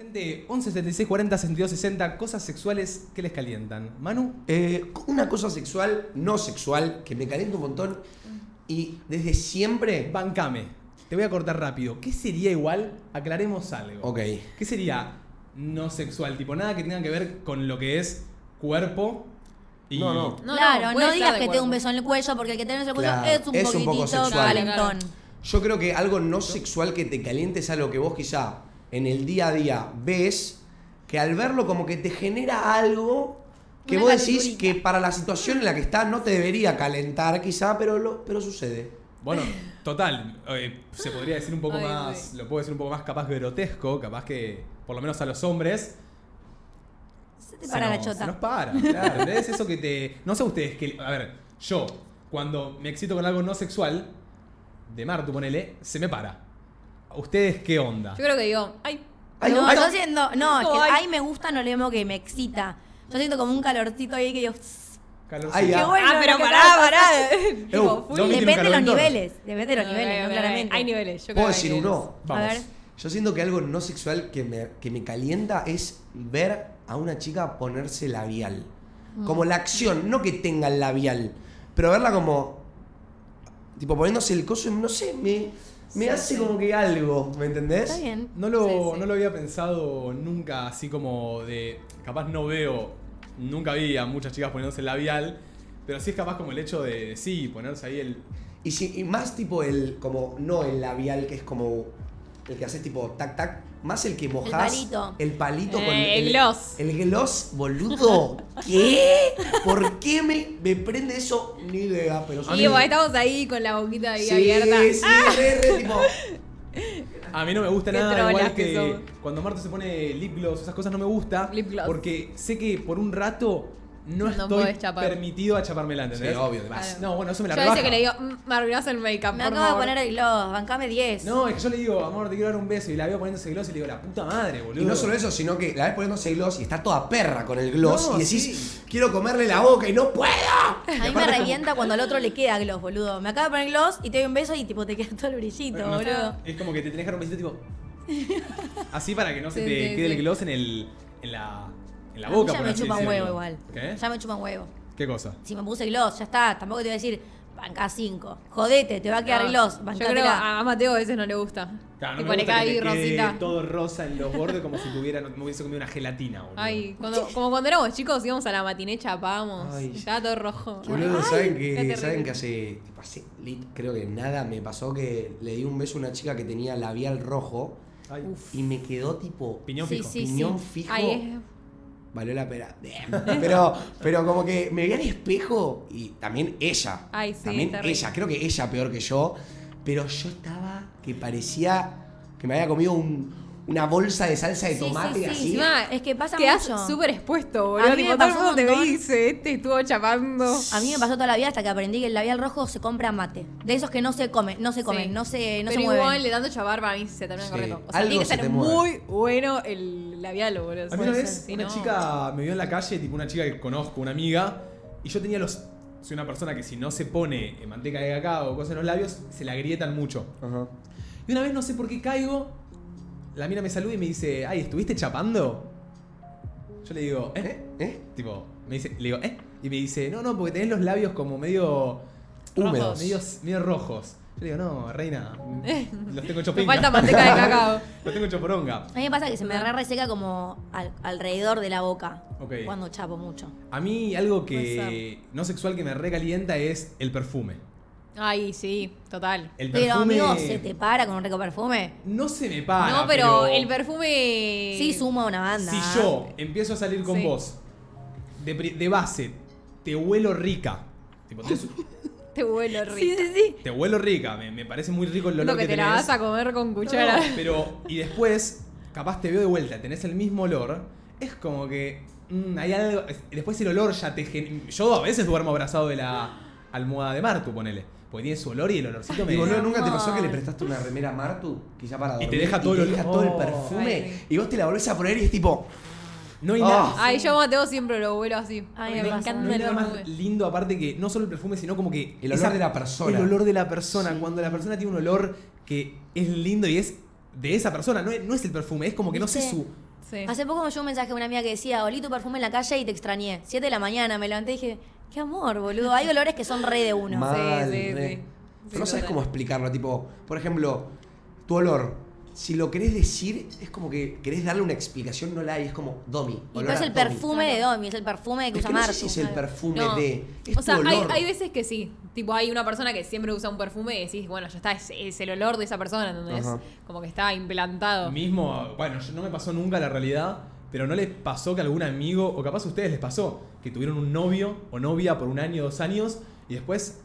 Gente, 11 76 40 62 60, cosas sexuales que les calientan. Manu, Eh, una cosa sexual, no sexual, que me calienta un montón y desde siempre... bancame. Te voy a cortar rápido. ¿Qué sería igual? Aclaremos algo. Ok. ¿Qué sería no sexual? Tipo, nada que tenga que ver con lo que es cuerpo y. No, no. No, claro, no, no, puede digas ser de que te cuerpo. un beso en el cuello, porque el que te da un beso en el cuello Claro, es un es un poquitito poco sexual. calentón. Yo creo que algo no sexual que te caliente es algo que vos quizá en el día a día ves, que al verlo como que te genera algo que Una vos decís calenturita. que para la situación en la que está no te debería calentar quizá, pero, lo, pero sucede. Bueno, total. eh, se podría decir un poco Ay, más. Lo puedo decir un poco más capaz grotesco, capaz que, por lo menos a los hombres, Se te para se la nos- chota. Se nos para, claro. ¿Entendés? Eso que te. No sé ustedes que. A ver, yo, cuando me excito con algo no sexual, de Martu, ponele, se me para. ¿A ¿Ustedes qué onda? Yo creo que digo, ay, Ay, no, ay, yo siento, no, es que Ay. ahí me gusta, no le digo que me excita. Yo siento como un calorcito ahí que yo. Calor Ay, sí. Qué ah. bueno. ah, pero lo que pará, acabas de pará. hacer. Ew, Tipo, full. Eh, no me- tiene un Depende de los calentón. niveles, depende de los No, niveles, no, no, no, claramente. Hay niveles. Yo creo ¿Puedo que hay decir niveles. uno? Vamos. ver. Yo siento que algo no sexual que me, que me calienta es ver a una chica ponerse labial. Como la acción, no que tenga el labial, pero verla como. Tipo poniéndose el coso, no sé, me, me hace como que algo, ¿me entendés? Está bien. No lo, Sí, sí. no lo había pensado nunca así como de. Capaz no veo. Nunca vi a muchas chicas poniéndose el labial. Pero sí es capaz como el hecho de, sí, ponerse ahí el. Y, si, y más tipo el. como No el labial que es como. El que haces tipo tac tac, más el que mojás. palito. El palito con Eh, el gloss. El gloss, boludo. ¿Qué? ¿Por qué me, me prende eso? Ni idea, pero Y bueno, estamos ahí con la boquita ahí Sí, abierta. ¡Ah! sí, re, re, tipo, A mí no me gusta Qué nada, igual trolas que que, somos. cuando Marta se pone lip gloss, esas cosas no me gusta. Lip gloss. Porque sé que por un rato no, No estoy podés chapar. permitido a chapármela, ¿entendés? Sí, obvio, de más. Claro. No, bueno, eso me la Ah. Yo a veces rebaja. que le digo, "Mm, me arruinás el make-up. Me por acabo de favor". poner el gloss, bancame 10. No, es que yo le digo, amor, te quiero dar un beso. Y la veo poniéndose gloss y le digo, la puta madre, boludo. Y no solo eso, sino que la ves poniéndose gloss y está toda perra con el gloss No, y decís, sí. quiero comerle la boca y no puedo. A mí me revienta cuando al otro le queda gloss, boludo. Me acaba de poner gloss y te doy un beso y tipo te queda todo el brillito, No, boludo. Es como que te tenés que dar un besito tipo. Así para que no se Sí, te sí, quede sí. el gloss en el. en la. en la A mí boca, ya por me así chupan decirlo. huevo igual. ¿Qué? Ya me chupan huevo. ¿Qué cosa? Si me puse gloss, ya está. Tampoco te voy a decir, banca 5. Jodete, te va a quedar No, gloss, Yo creo ah, bancátela. a Mateo a veces no le gusta. Claro, Te no me pone gusta acá que ahí le quede rosita. todo rosa en los bordes como si tuviera, no, me hubiese comido una gelatina, boludo. Ay, cuando, como cuando éramos chicos íbamos a la matiné chapamos. Ay. Estaba todo rojo. Boludo, ¿saben que, terrible. ¿saben que hace, tipo, hace lit- creo que nada me pasó que le di un beso a una chica que tenía labial rojo Ay. y me quedó tipo Piñón Sí, fijo. sí. piñón fijo. Ahí es. Valió la pena. Pero, pero como que me vi al espejo y también ella. Ay, sí, También terrible. ella, creo que ella peor que yo. Pero yo estaba que parecía que me había comido un- una bolsa de salsa de Sí, tomate sí, sí, así. Encima, Es que pasa Quedás mucho. súper expuesto, boludo. A mí me Tipo, todo el pasó mundo un te ve montón. y dice, este estuvo chapando. A mí me pasó toda la vida hasta que aprendí que el labial rojo se compra mate. De esos que no se comen, no se comen, Sí. no se, no Pero se mueven. igual le dando chapar para mí se termina Sí. correcto. O sea, Algo tiene que se estar te mueve. muy bueno el labial, boludo. A mí una Sí, vez sí, una no. chica me vio en la calle, tipo una chica que conozco, una amiga, y yo tenía los... Soy una persona que si no se pone eh, manteca de cacao o cosas en los labios, se la agrietan mucho. Ajá. Y una vez no sé por qué caigo, la mina me saluda y me dice, ay, ¿estuviste chapando? Yo le digo, ¿eh? ¿Eh? Tipo, me dice, le digo, ¿eh? Y me dice, no, no, porque tenés los labios como medio... Húmedos. Medio, medio rojos. Yo le digo, no, reina, los tengo hechos Me pinga". falta manteca de cacao. Los tengo hechos poronga. A mí me pasa que se me re reseca como al- alrededor de la boca. Ok. Cuando chapo mucho. A mí algo Puede que no sexual que me recalienta es el perfume. Ay, sí, total. El Pero perfume amigo, ¿se te para con un rico perfume? Ah, no se me para. no, pero, el perfume. Sí, suma una banda. Si yo empiezo a salir con Sí. vos de, pri- de base, te huelo rica. Tipo, te, Te huele Sí, rico. sí, sí. te huelo rica, me, me parece muy rico el olor Lo que, te la tenés. vas a comer con No, cuchara. no, pero, y después, capaz te veo de vuelta, tenés el mismo olor, es como que mm, hay algo. es- Después el olor ya te gen- Yo a veces duermo abrazado de la almohada de Martu, ponele. Porque tiene su olor y el olorcito me. Y boludo, ¿nunca te pasó que le Ay. prestaste una remera a Martu? Quizá para Y te dormir. deja todo el te deja olor. todo el Oh. perfume. Ay, sí. y vos te la volvés a poner y es tipo. No hay Ah. nada. Ay, yo a Mateo siempre lo huelo así. Ay, Porque me me pasa. encanta No hay el nada perfume. más lindo aparte que no solo el perfume, sino como que El olor de la persona. El olor de la persona. Cuando la persona tiene un olor que es lindo y es de esa persona, no es, no es el perfume, es como que no sé ¿Viste? su Sí. Hace poco me llegó un mensaje de una amiga que decía, olí tu perfume en la calle y te extrañé. 7 de la mañana me levanté y dije, qué amor, boludo. Hay olores que son re de uno. Ma- Mal, Sí, sí, re. sí. Pero no sabes Sí, total. cómo explicarlo. Tipo, por ejemplo, tu olor. Si lo querés decir, es como que querés darle una explicación, no la hay. Es como Domi. y olor no es a el Domi. perfume de Domi, es el perfume que Es usa que no sé Martu. si es el perfume No. de. es O sea, tu hay, olor. hay veces que sí. Tipo, hay una persona que siempre usa un perfume y decís, bueno, ya está, es, es el olor de esa persona, ¿entendés? Ajá. Como que está implantado. Mismo, bueno, yo- no me pasó nunca la realidad, pero no les pasó que algún amigo, o capaz a ustedes les pasó, que tuvieron un novio o novia por un año, dos años, y después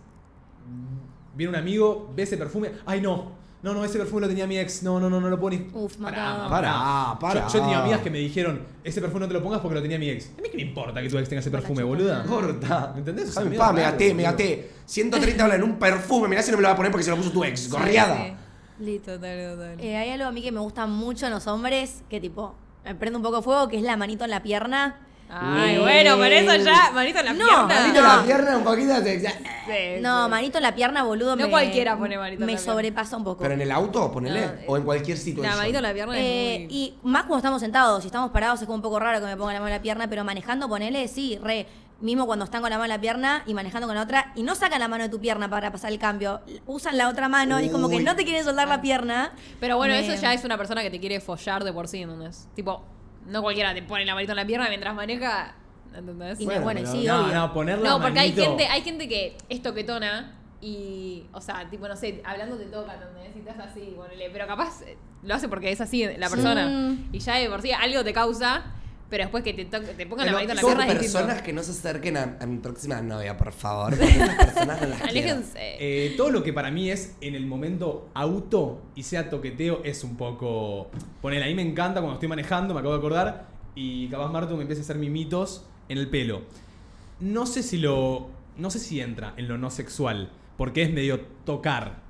mm, viene un amigo, ve ese perfume, ay no, no, no, ese perfume lo tenía mi ex, no, no, no, no lo pones. Uf, Pará, matado. Pará, pará. Yo, yo tenía amigas que me dijeron, ese perfume no te lo pongas porque lo tenía mi ex. A mí que me importa que tu ex tenga ese perfume, boluda. Corta. ¿Entendés? Déjame en Esa paz, me mierda, gasté, me boludo. gasté. 130 dólares en un perfume. Mirá si no me lo va a poner porque se lo puso tu ex. Gorriada. Listo, total, total. Eh, hay algo a mí que me gusta mucho en los hombres, que tipo, me prende un poco de fuego, que es la manito en la pierna. Ay, bueno, por eso ya, manito en la No, pierna. manito en La No. pierna un poquito. te- Sí, No, Eh, sí. manito en la pierna, boludo. No me- cualquiera pone manito en Me la pierna. sobrepasa un poco. Pero en el auto, ponele. No, eh, o en cualquier La situación. manito en la pierna es Eh, muy... y más cuando estamos sentados, si estamos parados es como un poco raro que me ponga la mano en la pierna, pero manejando, ponele, sí, re. Mismo cuando están con la mano en la pierna y manejando con la otra, y no sacan la mano de tu pierna para pasar el cambio, usan la otra mano y es como que Uy. no te quieren soltar la pierna. Ah. Pero bueno, Me- eso ya es una persona que te quiere follar de por sí, ¿entendés? Tipo, no cualquiera te pone la manito en la pierna mientras maneja, ¿entendés? Y no, bueno, y pero sí, No, obvio. no, ponerla No, porque hay gente, hay gente que es toquetona y, o sea, tipo, no sé, hablando te toca, ¿entendés? Y estás así, ponele, pero capaz eh, lo hace porque es así la persona. Mm. Y ya de por sí algo te causa, pero después que te, toque- te pongan Pero la manito en la son pierna es distinto. personas que no se acerquen a, a mi próxima novia, por favor. porque esas personas no las quiero. Aléjense. Eh, todo lo que para mí es en el momento auto y sea toqueteo es un poco. Poner, a mí me encanta cuando estoy manejando, me acabo de acordar, y capaz Martu me empieza a hacer mimitos en el pelo. No sé si lo. No sé si entra en lo no sexual, porque es medio tocar.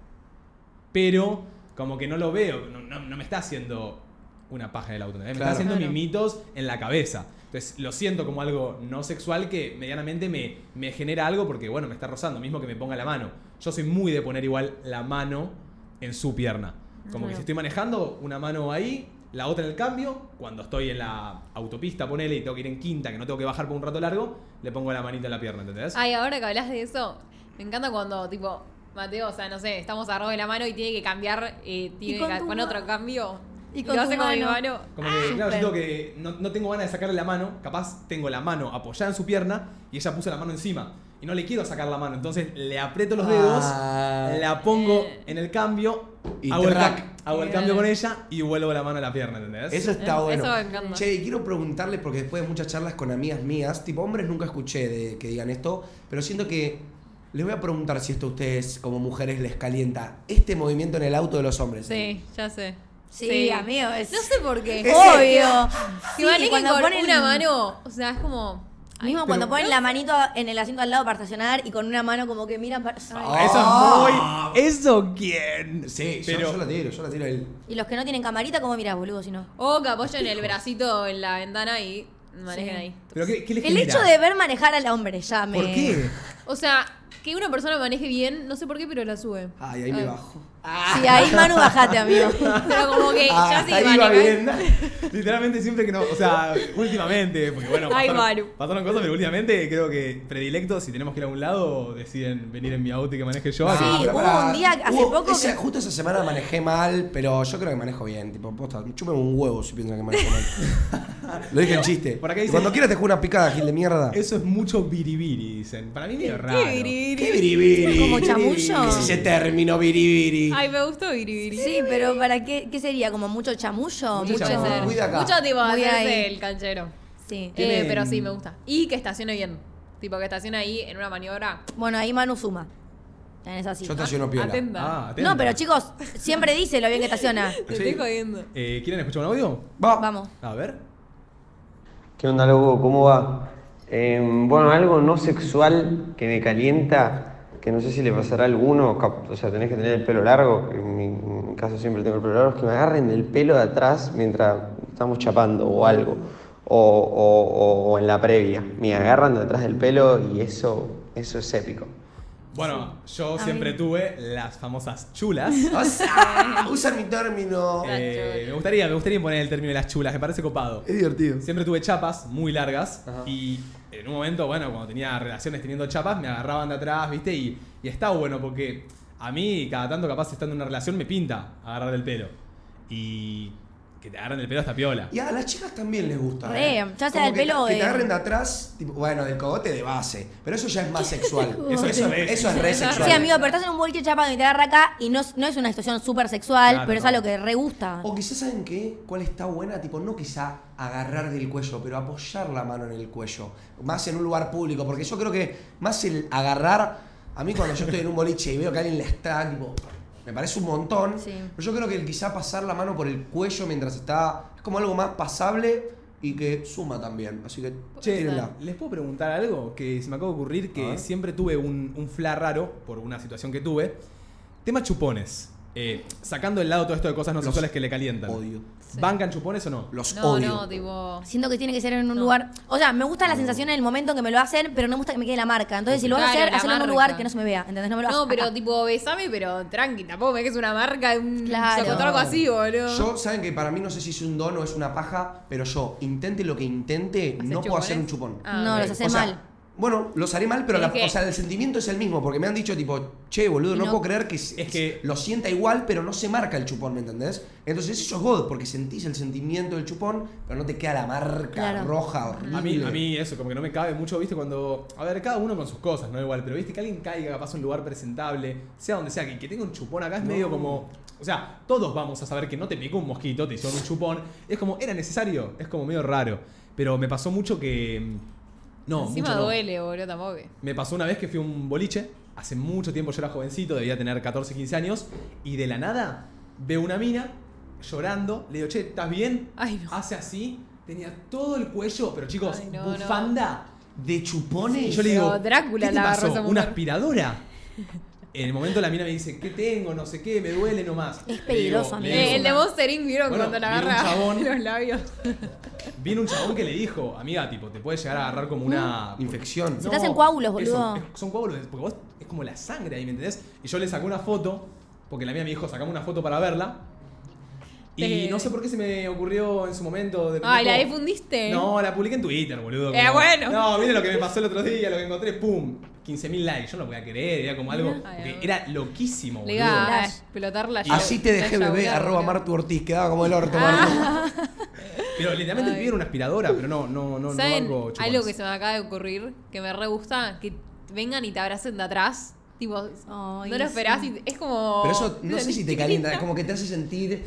Pero, como que no lo veo, no, no- no me está haciendo una paja del auto, ¿entendés? me Claro. está haciendo Claro. mimitos en la cabeza. Entonces, lo siento como algo no sexual que medianamente me, me genera algo porque, bueno, me está rozando, mismo que me ponga la mano. Yo soy muy de poner igual la mano en su pierna. Como que si estoy manejando, una mano ahí, la otra en el cambio. Cuando estoy en la autopista, ponele, y tengo que ir en quinta, que no tengo que bajar por un rato largo, le pongo la manita en la pierna, ¿entendés? Ay, ahora que hablas de eso, me encanta cuando, tipo, Mateo, o sea, no sé, estamos agarrados de la mano y tiene que cambiar, eh, tiene con que tu poner ma- otro cambio. y lo con tu hace mi mano. mano. Como que, claro, yo Ah, súper. tengo que. No, no tengo ganas de sacarle la mano, capaz tengo la mano apoyada en su pierna y ella puso la mano encima. Y no le quiero sacar la mano, entonces le aprieto los dedos, Ah. la pongo Eh. en el cambio, Y hago, el, track. ca- hago el cambio con ella y vuelvo la mano a la pierna, ¿entendés? Eso está Eso bueno. me encanta. Che, y quiero preguntarles, porque después de muchas charlas con amigas mías, tipo hombres nunca escuché de que digan esto, pero siento que les voy a preguntar si esto a ustedes como mujeres les calienta este movimiento en el auto de los hombres. Sí, ya sé. Sí, amigo, es No sé por qué. Es- obvio. Si Sí, manejan con ponen- una mano, o sea, es como... Mismo Ay, cuando pero- ponen la manito en el asiento al lado para estacionar y con una mano como que miran para... Ah. Eso Ah. es muy. ¿Eso quién? Sí, yo- Pero- yo, la tiro, yo la tiro el. Y los que no tienen camarita, ¿cómo mirás, boludo? Si no. O oh, que apoyen el bracito en la ventana y manejen Sí. ahí. ¿Pero qué, qué les El genera? hecho de ver manejar al hombre ya me... ¿Por qué? O sea, que una persona maneje bien, no sé por qué, pero la sube. Ay, ahí me Ah. bajo. Sí, ahí Manu bajate, amigo. Pero como Eh, que Ah, ya ahí sí va maneja. bien. Literalmente siempre que no, o sea, últimamente, porque bueno, Ay, pasaron, Maru. pasaron cosas, pero últimamente creo que predilecto, si tenemos que ir a un lado, deciden venir en mi auto y que maneje yo. Ah, así que- Sí, pero hubo pará. un día hace Hubo- poco ese- que- Justo esa semana manejé mal, pero yo creo que manejo bien. Tipo, posta, chúpeme un huevo si piensan que manejo mal. Lo dije en chiste. Por acá Y dice- cuando quieras te juego una picada, Gil de mierda. Eso es mucho biribiri, dicen. Para mí medio raro. ¿Qué biribiri? ¿Como chamullo? ¿Qué es ese término biribiri? Ay, me gustó Biribiri. Sí, pero ¿para qué? ¿Qué sería? ¿Como mucho chamullo? Mucho Mucho... chamullo. Muy de acá. Mucho tipo Muy hacerse ahí. el canchero. Sí. Eh, Tienen- pero sí, me gusta. Y que estacione bien. Tipo, que estacione ahí en una maniobra. Bueno, ahí Manu suma. Es así. Yo estaciono piola. Atenta. Ah, atenta. No, pero chicos, siempre dice lo bien que estaciona. Te Sí. estoy jodiendo. Eh, ¿Quieren escuchar un audio? Va. Vamos. A ver. ¿Qué onda, loco? ¿Cómo va? Eh, bueno, algo no sexual que me calienta, que no sé si le pasará a alguno, cap- o sea, tenés que tener el pelo largo, que en mi, en mi caso siempre tengo el pelo largo, es que me agarren del pelo de atrás mientras estamos chapando o algo, o, o- o- o en la previa. Me agarran de atrás del pelo y eso, eso es épico. Bueno, yo A siempre mí- tuve las famosas chulas. O sea, usan mi término. Las Eh, chulas. me gustaría, me gustaría poner el término de las chulas, me parece copado. Es divertido. Siempre tuve chapas muy largas Ajá. y en un momento, bueno, cuando tenía relaciones teniendo chapas, me agarraban de atrás, ¿viste? Y, y está bueno porque a mí, cada tanto capaz estando en una relación, me pinta agarrar del pelo. Y que te agarren del pelo hasta piola. Y a las chicas también les gusta. Re, ¿eh? ya sea Como del que te- pelo o Que de- te agarren de atrás, tipo, bueno, del cogote de base. Pero eso ya es más sexual. eso, eso, Cogote. eso es re sexual. Sí, amigo, pero estás en un boliche chapado y te agarra acá y no, es- no es una situación súper sexual, Claro, pero es no. algo que re gusta. O quizás, ¿saben qué? ¿Cuál está buena? Tipo, no quizá agarrar del cuello, pero apoyar la mano en el cuello. Más en un lugar público. Porque yo creo que más el agarrar... A mí cuando yo estoy en un boliche y veo que alguien la está, tipo... Me parece un montón. Sí. Pero yo creo que el quizá pasar la mano por el cuello mientras está... Es como algo más pasable y que suma también. Así que, Che, tírenla. ¿les puedo preguntar algo? Que se me acaba de ocurrir A que ver. siempre tuve un, un fla raro por una situación que tuve. Tema chupones. Eh, sacando del lado todo esto de cosas no Los sexuales que le calientan. Odio. Sí. ¿Bancan chupones o no? Los No, odio. no, tipo. Siento que tiene que ser en un No. lugar. O sea, me gusta la sensación en el momento en que me lo hacen, pero no me gusta que me quede la marca. Entonces, si lo vas a Claro, hacer, la hazlo en un marca. lugar que no se me vea. ¿Entendés? No me lo hagas No, pero acá. tipo, besame, pero tranqui, tampoco me que es una marca de un Claro. socotorco así, boludo. Yo, saben que para mí no sé si es un don o es una paja, pero yo, intente lo que intente, ¿Haces no puedo hacer un chupones? chupón. Ah, No, ok. los haces Eh, O sea, mal. Bueno, los haré mal, pero Es la- que- o sea, el sentimiento es el mismo, porque me han dicho tipo, che, boludo, Y no, no- puedo creer que, se- Es que- lo sienta igual, pero no se marca el chupón, ¿me entendés? Entonces eso es God, porque sentís el sentimiento del chupón, pero no te queda la marca Claro. roja horrible. A mí, a mí eso, como que no me cabe mucho, viste, cuando... A ver, cada uno con sus cosas, ¿no? Igual, pero viste, que alguien caiga capaz a un lugar presentable, sea donde sea, que, que tenga un chupón acá es medio como... O sea, todos vamos a saber que no te picó un mosquito, te hicieron un chupón. Es como, era necesario, es como medio raro. Pero me pasó mucho que... mm, No, Encima mucho no. duele, boludo, tampoco. que- Me pasó una vez que fui a un boliche, hace mucho tiempo yo era jovencito, debía tener 14, 15 años, y de la nada veo una mina llorando, le digo, che, ¿estás bien? Ay, no. Hace así, tenía todo el cuello, pero chicos, Ay, no, no. bufanda. ¿De Y chupones? yo le pero digo, Drácula ¿qué te la agarró pasó? esa mujer". ¿Una aspiradora? En el momento la mina me dice, ¿qué tengo? No sé qué, me duele nomás. Es peligroso, Le amigo. digo- le Eh, digo, el de Monster Inc. vieron Bueno, cuando la viene un agarra chabón. los labios. Viene un chabón que le dijo, amiga, tipo, te puede llegar a agarrar como una... Infección. Se te hacen coágulos, eso, boludo. es- son coágulos, porque vos es como la sangre ahí, ¿me entendés? Y yo le saqué una foto, porque la mía me dijo, sacame una foto para verla. Y Te- no sé por qué se me ocurrió en su momento. de- Eh. Ay, la tipo, difundiste. No, la publiqué en Twitter, boludo. Eh, bueno. No, miren lo que me pasó el otro día, lo que encontré, pum, 15.000 likes. Yo no lo voy a creer, era como algo. Ay, porque ay. era loquísimo, Le boludo. iba a Flash. explotar la Así te dejé bebé, arroba Martu Ortiz, quedaba como el Ah. orto, Martu. Pero literalmente el pibe era una aspiradora, pero no, no, no, ¿Saben no banco chupones. algo que se me acaba de ocurrir que me re gusta? Que vengan y te abracen de atrás. Tipo, Ay, no lo esperás sí. y es como. Pero eso no sé si te calienta, es como que te hace sentir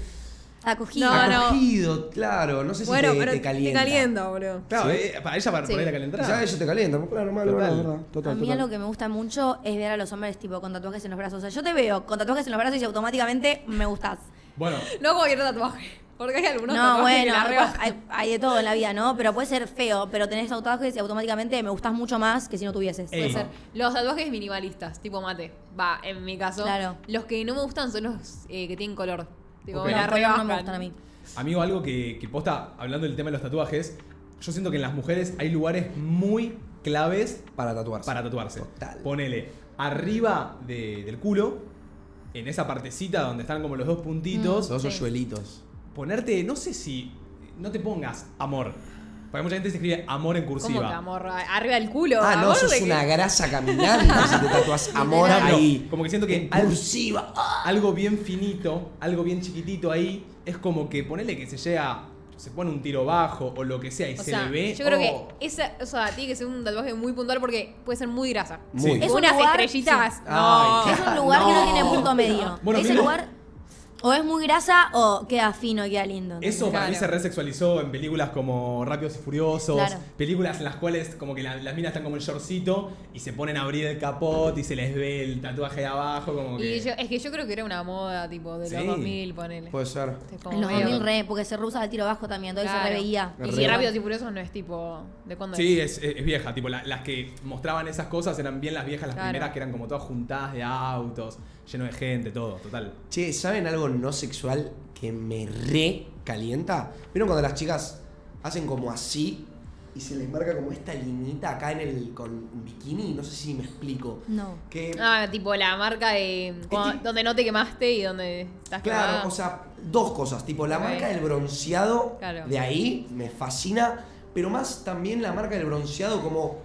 Acogido. No, no. acogido, claro. No sé si Bueno, te, pero te calienta. Te calienta, boludo. Claro, eh, para ella para Sí. ponerla calentar. Ya eso te calienta, pues, claro, normal, Total. normal, normal, total, a mí total. algo que me gusta mucho es ver a los hombres tipo con tatuajes en los brazos. O sea, yo te veo con tatuajes en los brazos y automáticamente me gustás. Bueno, No cualquier tatuaje. Porque hay algunos No, tatuajes bueno, que la hay, hay- hay de todo en la vida, ¿no? Pero puede ser feo, pero tenés tatuajes y automáticamente me gustás mucho más que si no tuvieses. Pues, Ey. Eh, Puede ser. Los tatuajes minimalistas, tipo mate. Va, en mi caso. Claro. Los que no me gustan son los eh, que tienen color. Tipo, Ok. me No, la por ahora no me rebajan. gustan a mí. Amigo, algo que, que posta, hablando del tema de los tatuajes, yo siento que en las mujeres hay lugares muy claves Para tatuarse. para tatuarse. Total. Ponele arriba de- del culo, en esa partecita donde están como los dos puntitos, Dos Sí. hoyuelitos. ponerte, no sé si, no te pongas amor. Porque mucha gente se escribe amor en ¿Cómo cursiva. que amor? Arriba del culo. Ah, no, amor sos de que- una grasa caminante si te tatuás amor Claro, ahí. Eh, como que siento que En al- cursiva. Ah. algo bien finito, algo bien chiquitito ahí, es como que ponele que se llega, se pone un tiro bajo o lo que sea y O se sea, le ve. yo creo oh. que esa, o sea, tiene que ser un tatuaje muy puntual porque puede ser muy grasa. Muy. Sí. Es Es un unas lugar- estrellitas. sí. No. Ay, Es un lugar que no No. tiene punto medio. Bueno, Ese mira. lugar o es muy grasa o queda fino y queda lindo. ¿entendés? Eso para mí se Claro. resexualizó en películas como Rápidos y Furiosos, Claro. películas en las cuales como que la- las minas están como en shortcito y se ponen a abrir el capot y se les ve el tatuaje de abajo, como que... Y yo, es que yo creo que era una moda, tipo, de los Sí. 2000, ponele. Puede ser. Este, como En los medio- 2000 re, porque se rusa el tiro bajo también, entonces Claro. se reveía. Y Re. si Rápidos y Furiosos no es tipo, ¿de cuándo es? Sí, es, es- es vieja, tipo la- las que mostraban esas cosas eran bien las viejas, las Claro. primeras que eran como todas juntadas de autos, lleno de gente, todo, total. Che, ¿saben algo no sexual que me re calienta? ¿Vieron cuando las chicas hacen como así y se le marca como esta liñita acá en el con un bikini, no sé si me explico. No. Que Ah, tipo la marca de. cuando- Este- donde no te quemaste y donde estás Claro, clavada. o sea, dos cosas. Tipo, la Ok. marca del bronceado Claro. de ahí me fascina, pero más también la marca del bronceado como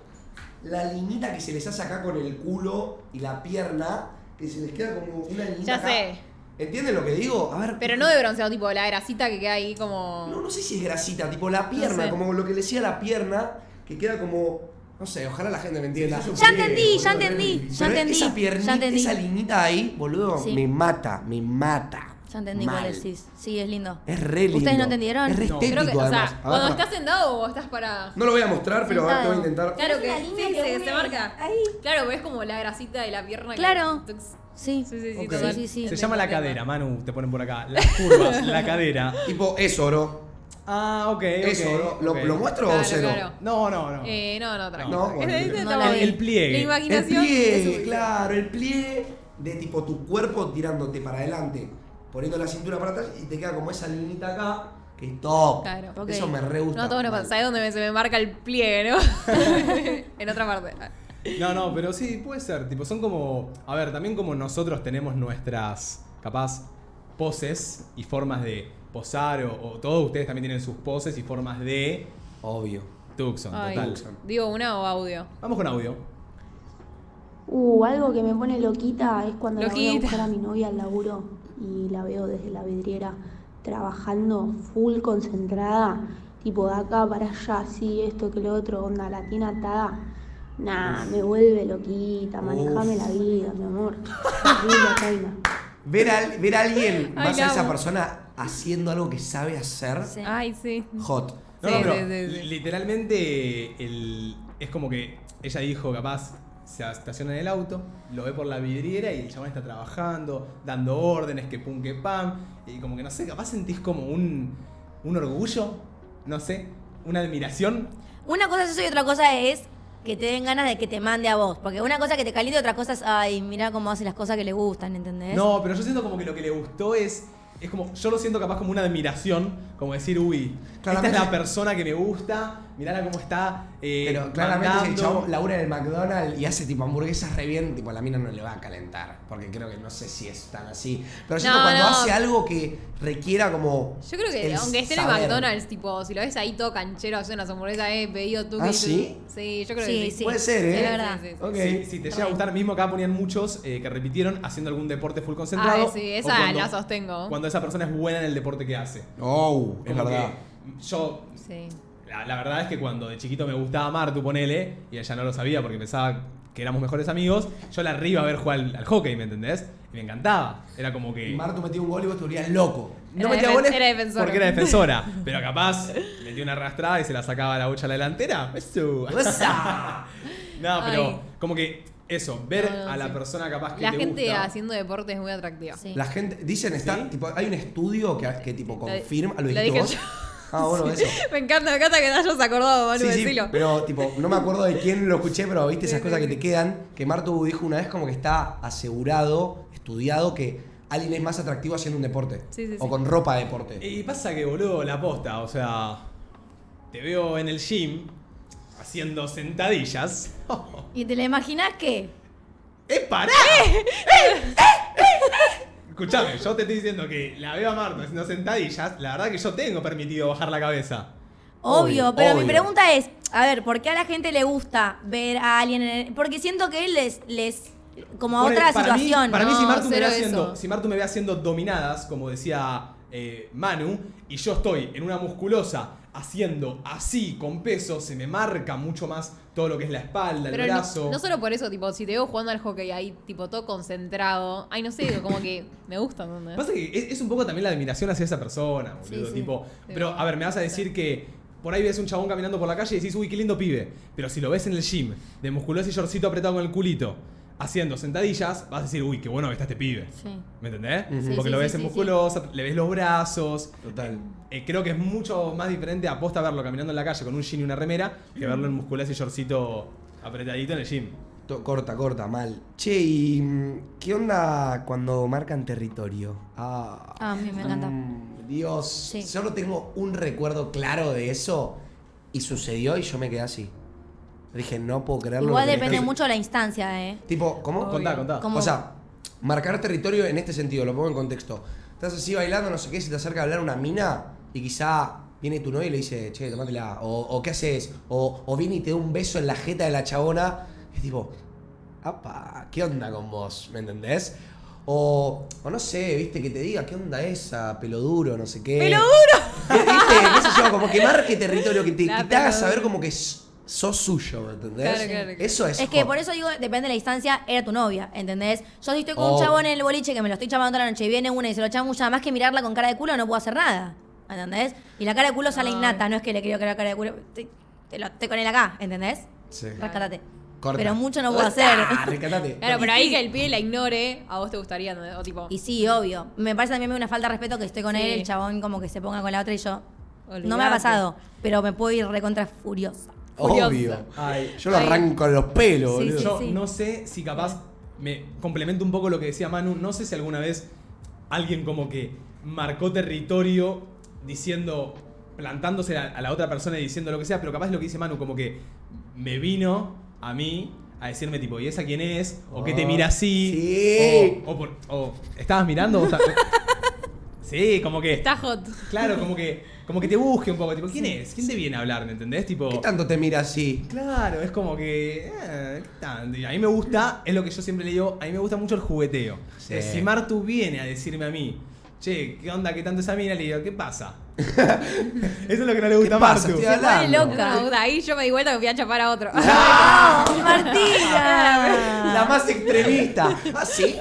la linita que se les hace acá con el culo y la pierna, que se les queda como una linita. Ya acá. sé. ¿Entienden lo que digo? A ver. Pero no de bronceado, tipo la grasita que queda ahí como. No, no sé si es grasita, tipo la pierna, sé. como lo que le decía la pierna, que queda como. No sé, ojalá la gente me entienda. Ya entendí, ya entendí, ya Pero entendí. Esa piernita, ya entendí. esa linita ahí, boludo, Sí. me mata, me mata. Ya entendí cuál Mal. decís. Sí, es lindo. Es re lindo. ¿Ustedes no entendieron? Es re No. estético, Creo que, o además. Ah. A sea, ver, cuando pará. estás sentado o estás parada. No lo voy a mostrar, pero ahora te voy a Sentado. intentar. Claro que Es la sí, línea se, que se une marca. ahí. Claro, ves como la grasita de la pierna. que- Claro. Tux. Sí. Sí, sí, sí, Ok. total. Sí, sí, Se sí. llama la Entiendo. cadera, Manu, te ponen por acá. Las curvas, la cadera. Tipo, es oro. Ah, ok, ok. Es oro. ¿Lo, ok. lo muestro o Claro, cero? claro. No, no, no. Eh, no, no, tranquilo. No, bueno, Este- este no está la bueno. vi. El pliegue. La El El imaginación. es pliegue, subida. claro. El pliegue de tipo tu cuerpo tirándote para adelante, poniendo la cintura para atrás y te queda como esa linita acá, que es top. Claro. Ok. Eso me re gusta. No, todos nos Mal. pasa. ¿Sabes dónde me- se me marca el pliegue, no? en otra parte. Ah, No, no, pero sí, puede ser. Tipo, son como. A ver, también como nosotros tenemos nuestras, capaz, poses y formas de posar, o, o todos ustedes también tienen sus poses y formas de. Obvio. Tucson, Ay, total. ¿Digo una o audio? Vamos con audio. Uh, algo que me pone loquita es cuando la voy a Loquita. buscar a mi novia al laburo y la veo desde la vidriera trabajando full concentrada, tipo de acá para allá, así, esto que lo otro, onda, la tiene atada. Nah, me vuelve loquita, manejame la Uf. vida, mi amor. Tranquila, calma. Ver a, al- ver a alguien, Ay, más la a esa amo. persona haciendo algo que sabe hacer, Sí. Ay, sí. hot. No, Sí, no, pero sí, sí, sí. li- literalmente el- es como que ella dijo, capaz, se estaciona en el auto, lo ve por la vidriera y el chabón está trabajando, dando órdenes, que pum, que pam, y como que no sé, capaz sentís como un, un orgullo, no sé, una admiración. Una cosa es eso y otra cosa es que te den ganas de que te mande a vos. Porque una cosa es que te caliente y otra cosa es, ay, mira cómo hace las cosas que le gustan, ¿entendés? No, pero yo siento como que lo que le gustó es, es como, yo lo siento capaz como una admiración, como decir, uy, Claramente- esta es la persona que me gusta, mirala cómo está. eh, Pero claramente si el mandando". chabón labura en el McDonald's y hace tipo hamburguesas re bien, tipo a la mina no le va a calentar. Porque creo que no sé si es tan así. Pero siento No, cuando no. hace algo que requiera como. Yo creo que el aunque esté en el saber. McDonald's, tipo, si lo ves ahí todo canchero, hace unas hamburguesas, eh, pedido tú. ¿Ah, que- sí? Sí, yo creo Sí, que sí. sí. Puede ser, ¿eh? Es verdad. Sí, sí, sí. Ok. Si, si te llega a gustar, mismo acá ponían muchos eh, que repitieron haciendo algún deporte full concentrado. Ay, sí, esa o cuando- la sostengo. Cuando esa persona es buena en el deporte que hace. Oh, es Como verdad. que Yo, Sí. la, la verdad es que cuando de chiquito me gustaba Martu, ponele, y ella no lo sabía porque pensaba que éramos mejores amigos, yo la arriba a ver jugar al, al hockey, ¿me entendés? Y me encantaba. Era como que... Y Martu metió un gol y vos te volvías loco. No Era metía defen- goles era defensora. porque era defensora. pero capaz metía una arrastrada y se la sacaba la bocha a la delantera. Eso. ¡Esa! No, pero Ay. como que eso, ver No, no, a la sí. persona capaz que La te gente gusta. haciendo deporte es muy atractiva. Sí. La gente. Dicen, está. ¿Sí? Tipo, hay un estudio que, que tipo Lo di- confirma. ¿Lo lo dijiste dije vos? yo. Ah, bueno, eso. Me encanta, me encanta que te hayas acordado, Manu, Sí, sí, decilo. pero tipo, no me acuerdo de quién lo escuché, pero viste esas Sí, cosas sí, que te sí. quedan, que Martu dijo una vez como que está asegurado, estudiado, que alguien es más atractivo haciendo un deporte. Sí, sí, o sí. con ropa de deporte. Y pasa que, boludo, la posta, o sea, te veo en el gym haciendo sentadillas. ¿Y te la imaginás qué? ¡Eh, pará! Escuchame, yo te estoy diciendo que la veo a Marta haciendo sentadillas, la verdad que yo tengo permitido bajar la cabeza. Obvio, Obvio, pero mi obvio. pregunta es, a ver, ¿por qué a la gente le gusta ver a alguien en el- Porque siento que les, les como a Ponele, otra para mí- situación. para mí, No, si Martu, me ve cero haciendo, eso. si Martu me ve haciendo dominadas, como decía eh, Manu, y yo estoy en una musculosa haciendo así, con peso, se me marca mucho más todo lo que es la espalda, Pero el no, brazo. no solo por eso, tipo, si te veo jugando al hockey ahí, tipo, todo concentrado. Ay, no sé, digo, como que me gusta, ¿no? Pasa que es, es un poco también la admiración hacia esa persona, boludo. Sí, sí. Tipo, pero a ver, me vas a decir que por ahí ves un chabón caminando por la calle y decís, uy, qué lindo pibe. Pero si lo ves en el gym, de musculoso y shortcito apretado con el culito, haciendo sentadillas, vas a decir, uy, qué bueno que está este pibe. Sí. ¿Me entendés? Ujú. Sí, Porque sí, lo sí, ves en sí, sí. musculosa, le ves los brazos. Total. Eh, creo que es mucho más diferente aposta verlo caminando en la calle con un jean y una remera que verlo en musculosa y shortcito apretadito en el gym. To- corta, corta, mal. Che, ¿y mm, qué onda cuando marcan territorio? Ah, A mí me encanta. Mm, Dios, Sí. solo tengo un recuerdo claro de eso. Y sucedió y yo me quedé así. Dije, no puedo creerlo. Igual lo que me este, depende estás- mucho la instancia, ¿eh? Tipo, ¿cómo? Contá, contá. ¿Cómo? O sea, marcar territorio en este sentido, lo pongo en contexto. Estás así bailando, no sé qué, se te acerca a hablar una mina y quizá viene tu novio y le dice, che, tomátela. O, o ¿qué haces? O, o viene y te da un beso en la jeta de la chabona. Es tipo, apa, ¿qué onda con vos? ¿Me entendés? O, o no sé, viste, que te diga, ¿qué onda esa? Pelo duro, no sé qué. ¡Pelo duro! ¿Viste? ¿Qué sé yo? Como que marque territorio, que te, La que te haga pelo saber duro. como que s- sos suyo, ¿me entendés? Claro, claro, claro. Eso es. Es que hot. por eso digo, depende de la distancia, era tu novia, ¿entendés? Yo si estoy con Oh. un chabón en el boliche que me lo estoy chamando toda la noche y viene una y se lo chamulla, más que mirarla con cara de culo no puedo hacer nada, ¿entendés? Y la cara de culo sale Ay. innata, no es que le quiero crear cara de culo, te, te lo, te con él acá, ¿entendés? Sí. Rescatate. Corta. Pero mucho no puedo hacer. Ah, rescatate. Claro, Bueno, pero ahí que el pibe la ignore, a vos te gustaría, ¿no? O tipo, Y sí, obvio. Me parece también una falta de respeto que estoy con Sí. él, el chabón como que se ponga con la otra y yo... No me Olvidate. ha pasado, pero me puedo ir recontra furiosa. furiosa. Obvio. Ay, Yo lo Ay. arranco con los pelos, Sí, boludo. sí. Yo no sé si capaz, me complemento un poco lo que decía Manu, no sé si alguna vez alguien como que marcó territorio diciendo, plantándose a, a la otra persona y diciendo lo que sea, pero capaz lo que dice Manu, como que me vino a mí a decirme tipo, ¿y esa quién es? ¿O qué te Ah, mira así? sí. O, o por- o, ¿estabas mirando? O sea, sí, como que... Está hot. Claro, como que, como que te busque un poco, tipo, ¿quién es? ¿Quién te viene a hablar? ¿Me entendés? Tipo, ¿Qué tanto te mira así? Claro, es como que. eh, ¿qué tanto? Y a mí me gusta, es lo que yo siempre le digo, a mí me gusta mucho el jugueteo. Sí. Eh, Si Martu viene a decirme a mí, che, ¿qué onda? ¿Qué tanto esa mina? Le digo, ¿qué pasa? Eso es lo que no le ¿Qué gusta a pasa? Martu. Estoy pone hablando. loca. No, ahí yo me di vuelta que fui a chapar a otro. ¡No! ¡Martina! La más extremista. ¿Ah, sí?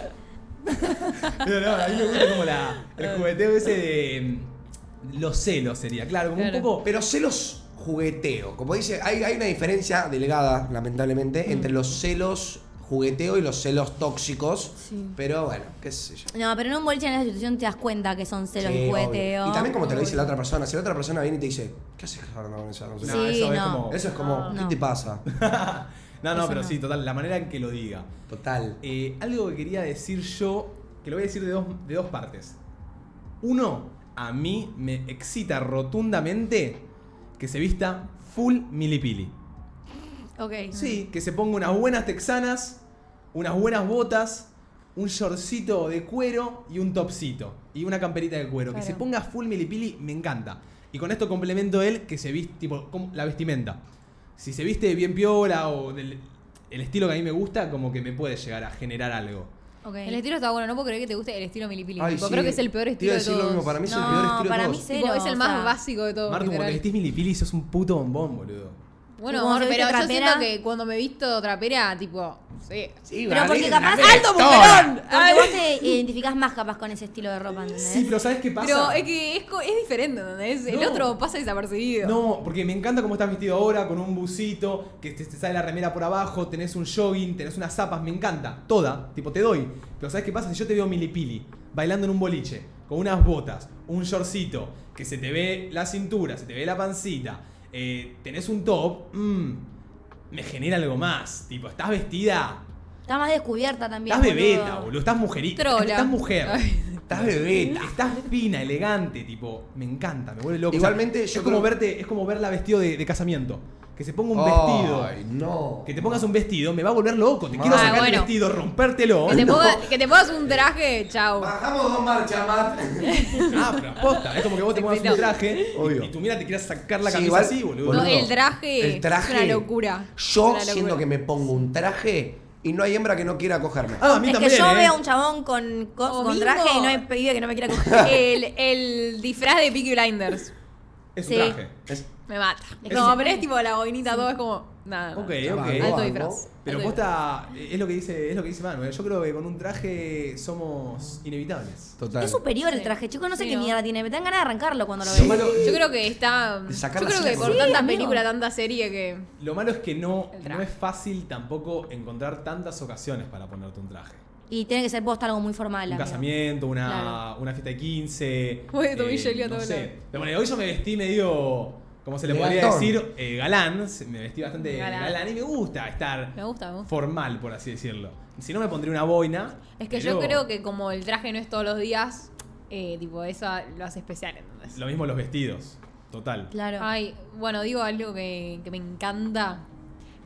No, no, a mí me gusta como la, el jugueteo ese de. mm, Los celos sería, claro, como Claro. un poco. Pero celos jugueteo. Como dice, hay, hay una diferencia delgada, lamentablemente, Mm. entre los celos jugueteo y los celos tóxicos. Pero bueno, qué sé yo. No, pero en un boliche en esa situación te das cuenta que son celos Sí, y obvio. jugueteo. Y también como te lo dice la otra persona. Si la otra persona viene y te dice, ¿qué haces Gerardo, con esa? No sé. No, Sí, eso es no. como. Eso es como, No. ¿qué te pasa? no, no, eso pero no. sí, total, la manera en que lo diga. Total. Eh, algo que quería decir yo, que lo voy a decir de dos, de dos partes. Uno, a mí me excita rotundamente que se vista full milipili. ok. Sí, que se ponga unas buenas texanas, unas buenas botas, un shortcito de cuero y un topcito. Y una camperita de cuero. Que Claro. se ponga full milipili, me encanta. Y con esto complemento él que se viste, tipo, como la vestimenta. Si se viste bien piola o del el estilo que a mí me gusta, como que me puede llegar a generar algo. Ok. El estilo está bueno, no puedo creer que te guste el estilo milipili. Ay, Tipo, sí. Creo que es el peor Te iba a estilo de decir lo todos. mismo, para mí es el No, peor estilo de para todos. mí Tipo, cero, es el o más sea, básico de todos. Martu, como te literal. vestís milipili, sos un puto bombón, boludo. Bueno, Como amor, se viste pero yo trapera. siento que cuando me visto trapera, tipo, sí. Sí, Pero vale, porque capaz- dame ¡Alto todo. Porque vos te identificás más capaz con ese estilo de ropa, ¿entendés? Sí, pero ¿sabes qué pasa? ¿Eh? Pero ¿eh, es que es, co- es diferente, ¿no? Es, El No. otro pasa desapercibido. No, porque me encanta cómo estás vestido ahora, con un busito, que te, te sale la remera por abajo, tenés un jogging, tenés unas zapas, me encanta, toda, tipo te doy. Pero ¿sabes qué pasa? Si yo te veo milipili, bailando en un boliche, con unas botas, un shortcito, que se te ve la cintura, se te ve la pancita, eh, tenés un top, mm, me genera algo más. Tipo, estás vestida, Estás más descubierta también. estás bebeta, boludo, estás mujerita, Trola. estás mujer. Ay. Estás bebé. Estás fina, elegante, tipo, me encanta, me vuelve loco. Igualmente, es yo como creo- verte, es como verla vestido de, de casamiento. Que se ponga un Ay, vestido. no. Que te pongas un vestido, me va a volver loco. Te quiero Ah, sacar el bueno. vestido, Oh, rompértelo. Que te, No. ponga- que te pongas un traje, chau. Bajamos dos marchas, Matt. Ah, pero aposta. Es como que vos te pongas un Exacto. traje Obvio. y, y tu mira te quieras sacar la Sí, camisa igual- así, boludo. No, eh, boludo. el traje, El traje. es una locura. Es Yo una siento locura. que me pongo un traje y no hay hembra que no quiera cogerme. Ah, a mí Es también. que yo ¿eh? veo a un chabón con, con, O con mismo- traje y no hay pibe que no me quiera coger. El, el disfraz de Peaky Blinders Es un Sí. traje. Es- me mata. Es no, que- pero es tipo la boinita, todo es como. Nada. Ok, Ya va, ok. algo, Alto algo. disfraz. Pero Alto posta, es lo que dice, es lo que dice Manuel. Yo creo que con un traje somos inevitables. Total. Es superior el Sí. traje, chicos, no sé Sí, qué ¿no? mierda tiene. Me dan ganas de arrancarlo cuando lo Sí. veo. disfraz. Yo creo que está. De Yo sacar la creo que silla, por sí, tanta amigo. película, tanta serie que. Lo malo es que no, El traje. no es fácil tampoco encontrar tantas ocasiones para ponerte un traje. Y tiene que ser posta algo muy formal. un amigo. casamiento, una, Claro. una fiesta de 15. Voy de tobillo y lío no todo sé. lado. Pero bueno, hoy yo me vestí medio, como se le podría Levantón. decir, eh, galán. Se- Me vestí bastante Galán. galán. y me gusta estar Me gusta, me gusta. formal, por así decirlo. Si no, me pondría una boina. Es que pero yo creo que como el traje no es todos los días, eh, tipo, eso lo hace especial, ¿entendés? Lo mismo los vestidos. Total. Claro. Ay, bueno, digo algo que, que me encanta.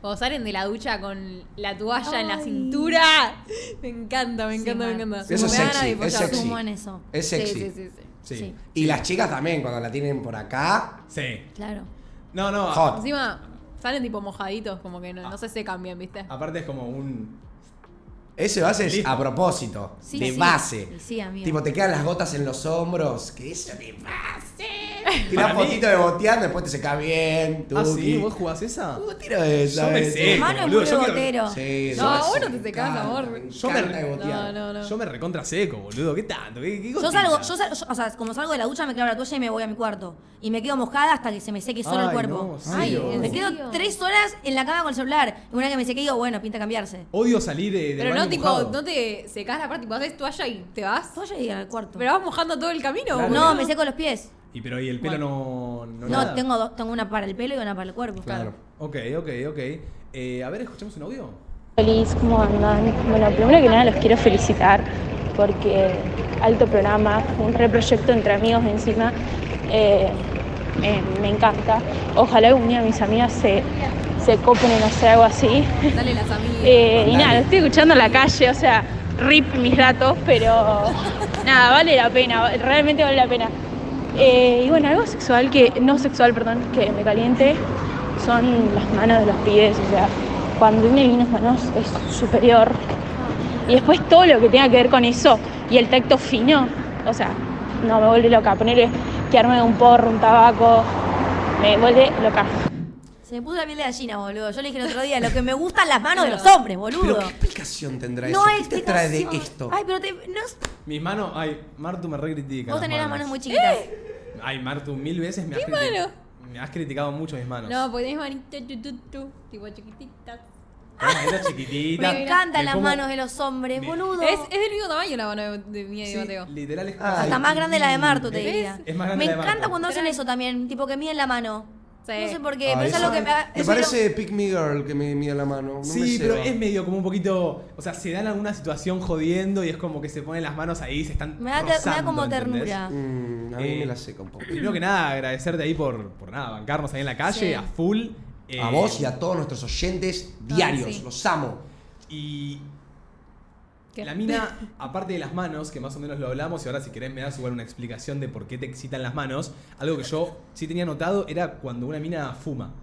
Cuando salen de la ducha con la toalla en la Ay. cintura. Me encanta, me Sí, encanta, me man. encanta. Eso es Me da ganas sexy, de es follar. sexy. Sumo en eso. Es Sí, sexy. sí, sí, sí. Sí. Sí. Sí. Y las chicas también, cuando la tienen por acá. Claro. No, Ah, no. a- Hot. Encima salen tipo mojaditos, como que no, no se secan bien, ¿viste? aparte es como un. Eso lo haces Listo. a propósito, Sí, de sí. base. Y sí, amigo. Tipo, te quedan las gotas en los hombros. Que eso te pase. Tirás Para mí- fotito de botear, después te seca bien. Ah, tuki. sí, vos jugás esa. Uh, tiro eso. Yo me ¿ves? sé. Eh, Mano es boludo, muy yo quiero- botero. Sí, No, eso bueno, me te secás, encanta, amor. me Yo me- encanta de No, botear. no, no. Yo me recontra seco, boludo. ¿Qué tanto? ¿Qué, qué Yo gotita? salgo, yo sal- yo- o sea, como salgo de la ducha me clavo la toalla y me voy a mi cuarto. Y me quedo mojada hasta que se me seque solo el Ay, cuerpo. no, sí, Ay, oh. ¿en Me serio? quedo tres horas en la cama con el celular. Y una vez que me sequé digo, bueno, pinta cambiarse. Odio salir de, del Pero baño no, tipo, mojado. no te secas la parte, tipo, haces toalla y te vas. Toalla y al cuarto. Pero vas mojando todo el camino, Claro. boludo. no, me seco los pies. Y pero y el pelo no. No, No, nada? tengo dos, tengo una para el pelo y una para el cuerpo. Claro. Ok, ok, ok. Eh, a ver, escuchemos un audio. Feliz, ¿cómo andan? Bueno, primero que nada los quiero felicitar porque alto programa, un reproyecto entre amigos encima, eh, me, me encanta. Ojalá algún día mis amigas se, se copen en hacer algo así. Dale las amigas. Eh, y Dale. nada, lo estoy escuchando en la calle, o sea, rip mis datos, pero nada, vale la pena, realmente vale la pena. Eh, y bueno, algo sexual que, no sexual, perdón, que me caliente son las manos de los pies, o sea, cuando me vienen las manos es superior. Y después todo lo que tenga que ver con eso y el tacto fino, o sea, no me vuelve loca, ponerle quedarme un porro, un tabaco, me vuelve loca. Se me puso la piel de gallina, boludo. Yo le dije el otro día, lo que me gustan las manos de los hombres, Pero boludo. ¿qué explicación tendrá No eso? ¿Qué te trae de explicación. esto? Ay, pero te, no, es- Mis manos. Ay, Martu me re critica. vos tenés las manos muy chiquitas. Ay, Martu, mil veces me has criticado. Me has criticado mucho mis manos. No, porque tenés manita tu, tu, tu, tipo chiquitita. Ah, era chiquitita. Me encantan Me las como- manos de los hombres, Me- boludo. Es, es del mismo tamaño la mano de, de mía y Sí, de Mateo. literal es Hasta Hasta Ay, más grande la de Martu, te ¿Ves? diría. Es más grande me la de encanta Martu. cuando hacen Pero- eso también, tipo que miden la mano. Sí. No sé por qué, Ah, pero es eso- algo que me, Ay, eso me es parece Pick Me Girl que me mide la mano. No Sí, me pero ceba. es medio como un poquito. O sea, se dan alguna situación jodiendo y es como que se ponen las manos ahí se están. lo- me, da, me da rozando, como ¿entendés? ternura. Mm, a mí Eh, me la seca un poco. Primero que nada, agradecerte ahí por, por nada, bancarnos ahí en la calle, Sí. a full. eh, A vos y a todos nuestros oyentes diarios. sí. Los amo. eh, Y ¿Qué? la mina, aparte de las manos, que más o menos lo hablamos, y ahora si querés me das igual una explicación de por qué te excitan las manos, algo que yo sí tenía notado era cuando una mina fuma.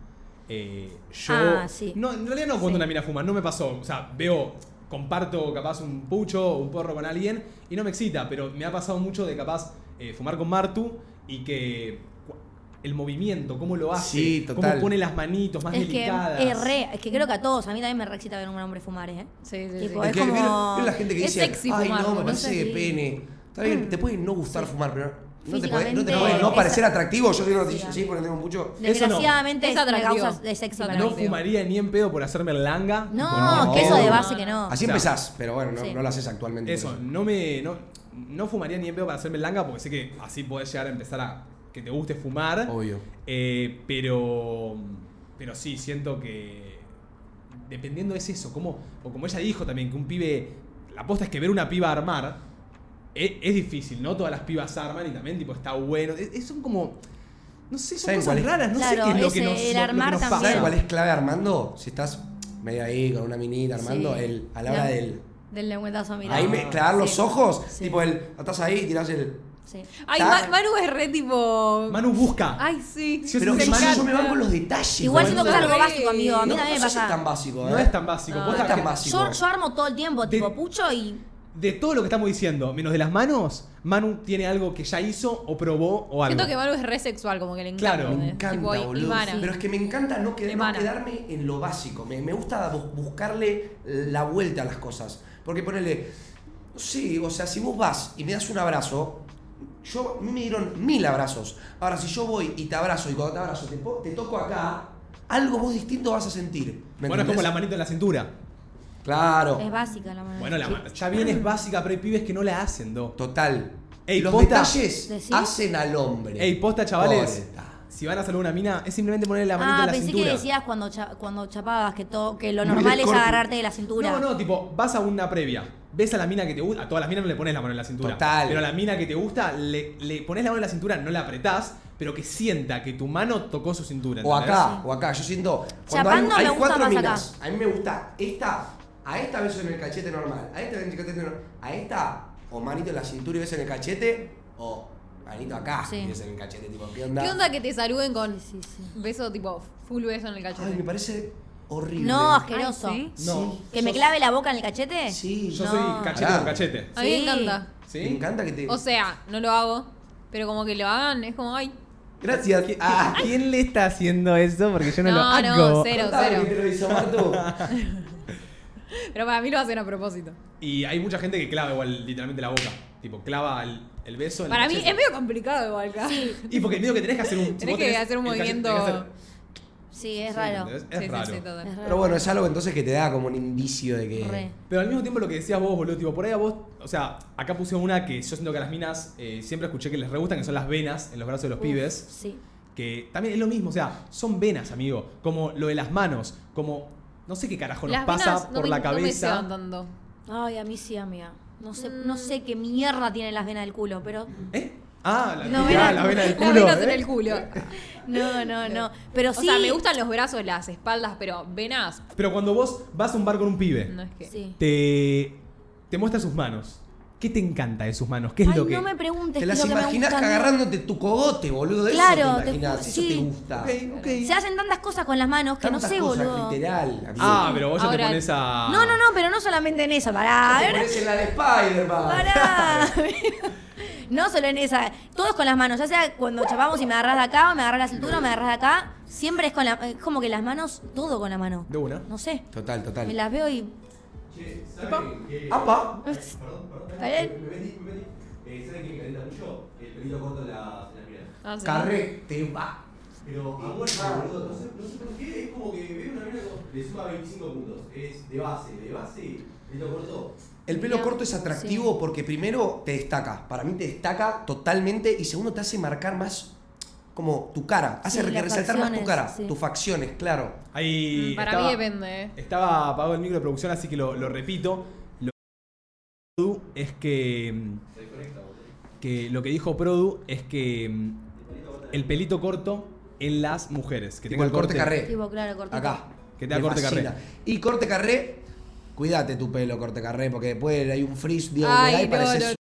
Eh, yo. Ah, sí. No, en realidad no cuando Sí. una mina fuma, no me pasó. O sea, veo, comparto capaz un pucho o un porro con alguien y no me excita, pero me ha pasado mucho de capaz eh, fumar con Martu y que. cu- El movimiento, cómo lo hace, Sí, total. cómo pone las manitos más Es que delicadas. es re, es que creo que a todos, a mí también me re excita ver a un hombre fumar, ¿eh? Sí, sí, Tipo, sí. es que, ¿vieron- como- vieron la gente que Pues es dice, sexy ay, fumar, no, me ¿no? parece de Sí. pene. Está bien, te puede no gustar fumar, pero no te puede no, te Físicamente, puede no esa- parecer atractivo. Yo digo, física. sí, porque tengo mucho... no. Desgraciadamente Es es una atractivo. causa de sexo. Es para No mí. atractivo. fumaría ni en pedo por hacerme el langa. No, Con- que eso de no. base que no. Así O sea, empezás, pero bueno, no, sí. no lo haces actualmente. Eso, no me. No, no fumaría ni en pedo para hacerme el langa porque sé que así podés llegar a empezar a. que te guste fumar. Obvio. Eh, pero. Pero sí, siento que. Dependiendo es eso, como. O como ella dijo también, que un pibe. La posta es que ver una piba armar. Es, es difícil, ¿no? Todas las pibas arman y también, tipo, está bueno. Es, es- son como. No sé, son ¿Saben cosas cuál es? raras, no Claro, sé qué es lo que ese, nos, el lo- lo que armar nos ¿Sabes también. pasa. Bien. cuál es clave armando? Si estás medio ahí con una minita armando, el, a la hora No. del... Del lengüetazo, mira. Ahí me, clavar los Sí. ojos, Sí. tipo ah, el... Estás ahí y tirás el... Sí. Ay, Ta- Ma- Manu es re tipo. Manu busca. Ah, Ay, sí. Sí, Pero Me eso encanta. yo me van con los detalles. Igual boludo. siento que es algo Re. básico, amigo. A mí No, también no me sé si es pasa. tan básico, ¿eh? No es tan básico. No, Posta no es tan que- básico. Yo, yo armo todo el tiempo, De- tipo pucho y. De todo lo que estamos diciendo, menos de las manos, Manu tiene algo que ya hizo o probó o algo. Siento que Manu es re sexual, como que le encanta. Claro, Me ¿entendés? encanta, Tipo, y- boludo. Ivana. Pero es que me encanta no, qued- no Emana. quedarme en lo básico. Me, me gusta bu- buscarle la vuelta a las cosas. Porque ponele, sí, o sea, si vos vas y me das un abrazo, yo a mí me dieron mil abrazos. Ahora, si yo voy y te abrazo y cuando te abrazo te, po- te toco acá, algo vos distinto vas a sentir. ¿me Bueno, es como entendés? la manito en la cintura. Claro, Es básica la mano. Bueno, la mano. Ya bien es básica, pero hay pibes que no la hacen, do. total. Ey, los posta. detalles ¿Decís? hacen al hombre. Ey, posta, chavales. Posta. Si van a saludar a una mina, es simplemente ponerle la manito Ah, en la pensé cintura. que decías cuando, cha- cuando chapabas que, todo, que lo Muy normal es corto. agarrarte de la cintura. No, no, tipo, vas a una previa, ves a la mina que te gusta, a todas las minas no le pones la mano en la cintura. Total. Pero a la mina que te gusta, le, le pones la mano en la cintura, no la apretás, pero que sienta que tu mano tocó su cintura. O ¿entendés? acá, o acá. Yo siento. Cuando Chapando hay, me hay gusta cuatro más minas. A mí me gusta esta. A esta beso en el cachete normal. A esta beso en el cachete normal. A esta, o manito en la cintura y beso en el cachete. O manito acá Sí. y beso en el cachete. Tipo, ¿qué onda? ¿Qué onda que te saluden con Sí, sí. beso tipo full beso en el cachete? Ay, me parece horrible. No, asqueroso. Ay, ¿sí? No. ¿Que me clave la boca en el cachete? Sí, Yo yo No. soy cachete Pará. con cachete. A mí me Sí. encanta. ¿Sí? Me encanta que te. O sea, no lo hago, pero como que lo hagan, es como, ay. Gracias. ¿Qui- Ah, qui- ¿Quién le está haciendo eso? Porque yo no, No, lo hago. no, cero, contame cero. que te lo hizo Martu. Pero para mí lo hacen a propósito. Y hay mucha gente que clava igual literalmente la boca. Tipo, clava el, el beso en Para el mí cachete. es medio complicado igual, claro. Y porque medio que tenés que hacer un... si Tenés vos que hacer un el cachete, movimiento- tenés que hacer- Sí, es sí, raro. ¿entendés? Sí, Es sí, raro. sí, total. Es raro. Pero bueno, es algo entonces que te da como un indicio de que. Re. Pero al mismo tiempo lo que decías vos, boludo, tipo, por ahí a vos, o sea, acá puse una que yo siento que a las minas eh, siempre escuché que les re gustan, que son las venas en los brazos de los Uf, pibes, Sí. que también es lo mismo, o sea, son venas, amigo, como lo de las manos, como no sé qué carajo nos Las pasa venas no por me- la no me cabeza. ceban tanto. Ay, a mí sí, amiga. No sé, no sé qué mierda tienen las venas del culo, pero. ¿Eh? Ah, la, No, ah, venas- la vena del culo. Las venas en ¿eh? el culo. No, no, no. Pero O sí. sea, me gustan los brazos, las espaldas, pero venas. Pero cuando vos vas a un bar con un pibe, No es que. Sí. te, te muestra sus manos. ¿Qué te encanta de sus manos? ¿Qué es Ay, lo que...? no me preguntes Te qué las es lo que me imaginas gustan. agarrándote tu cogote, boludo. Claro, eso te te imaginas. ju- Eso sí. te gusta. Ok, ok. Se hacen tantas cosas con las manos que Tantas no sé, cosas, boludo. literal. amigo. Ah, pero vos ya Ahora- te pones a... No, no, no, pero no solamente en esa, pará. Te pones en la de Spider-Man. Pará. No solo en esa, todos con las manos, ya sea cuando chapamos y me agarras de acá, o me agarras la cintura, o me agarras de acá, siempre es con la, es como que las manos, todo con la mano. De una. No sé, Total, me total. las veo y... Eh, Apa. ¿Está bien? Ah, sí. Carré, te va. Pero a muerte, boludo, no sé, no sé por qué, es como que veo una mina como- le suma 25 puntos. Es de base, de base, pelo corto. El pelo corto es atractivo porque primero te destaca. Para mí te destaca totalmente y segundo te hace marcar más como tu cara. Hace Sí, que las resaltar más tu facciones, cara, sí. tus facciones, claro. Ahí Mm, Para estaba- mí depende, eh. Estaba apagado el micro de producción, así que lo, lo repito. Lo que dijo Produ es que. mm, que lo que dijo Produ es que mm, el pelito corto en las mujeres. Que Tipo el corte carré. Tipo, claro, cortito. Acá. Que te da corte fascina. carré. Y corte carré, cuídate tu pelo, corte carré, porque después hay un frizz, Dios, Ay, ahí no, pareces no,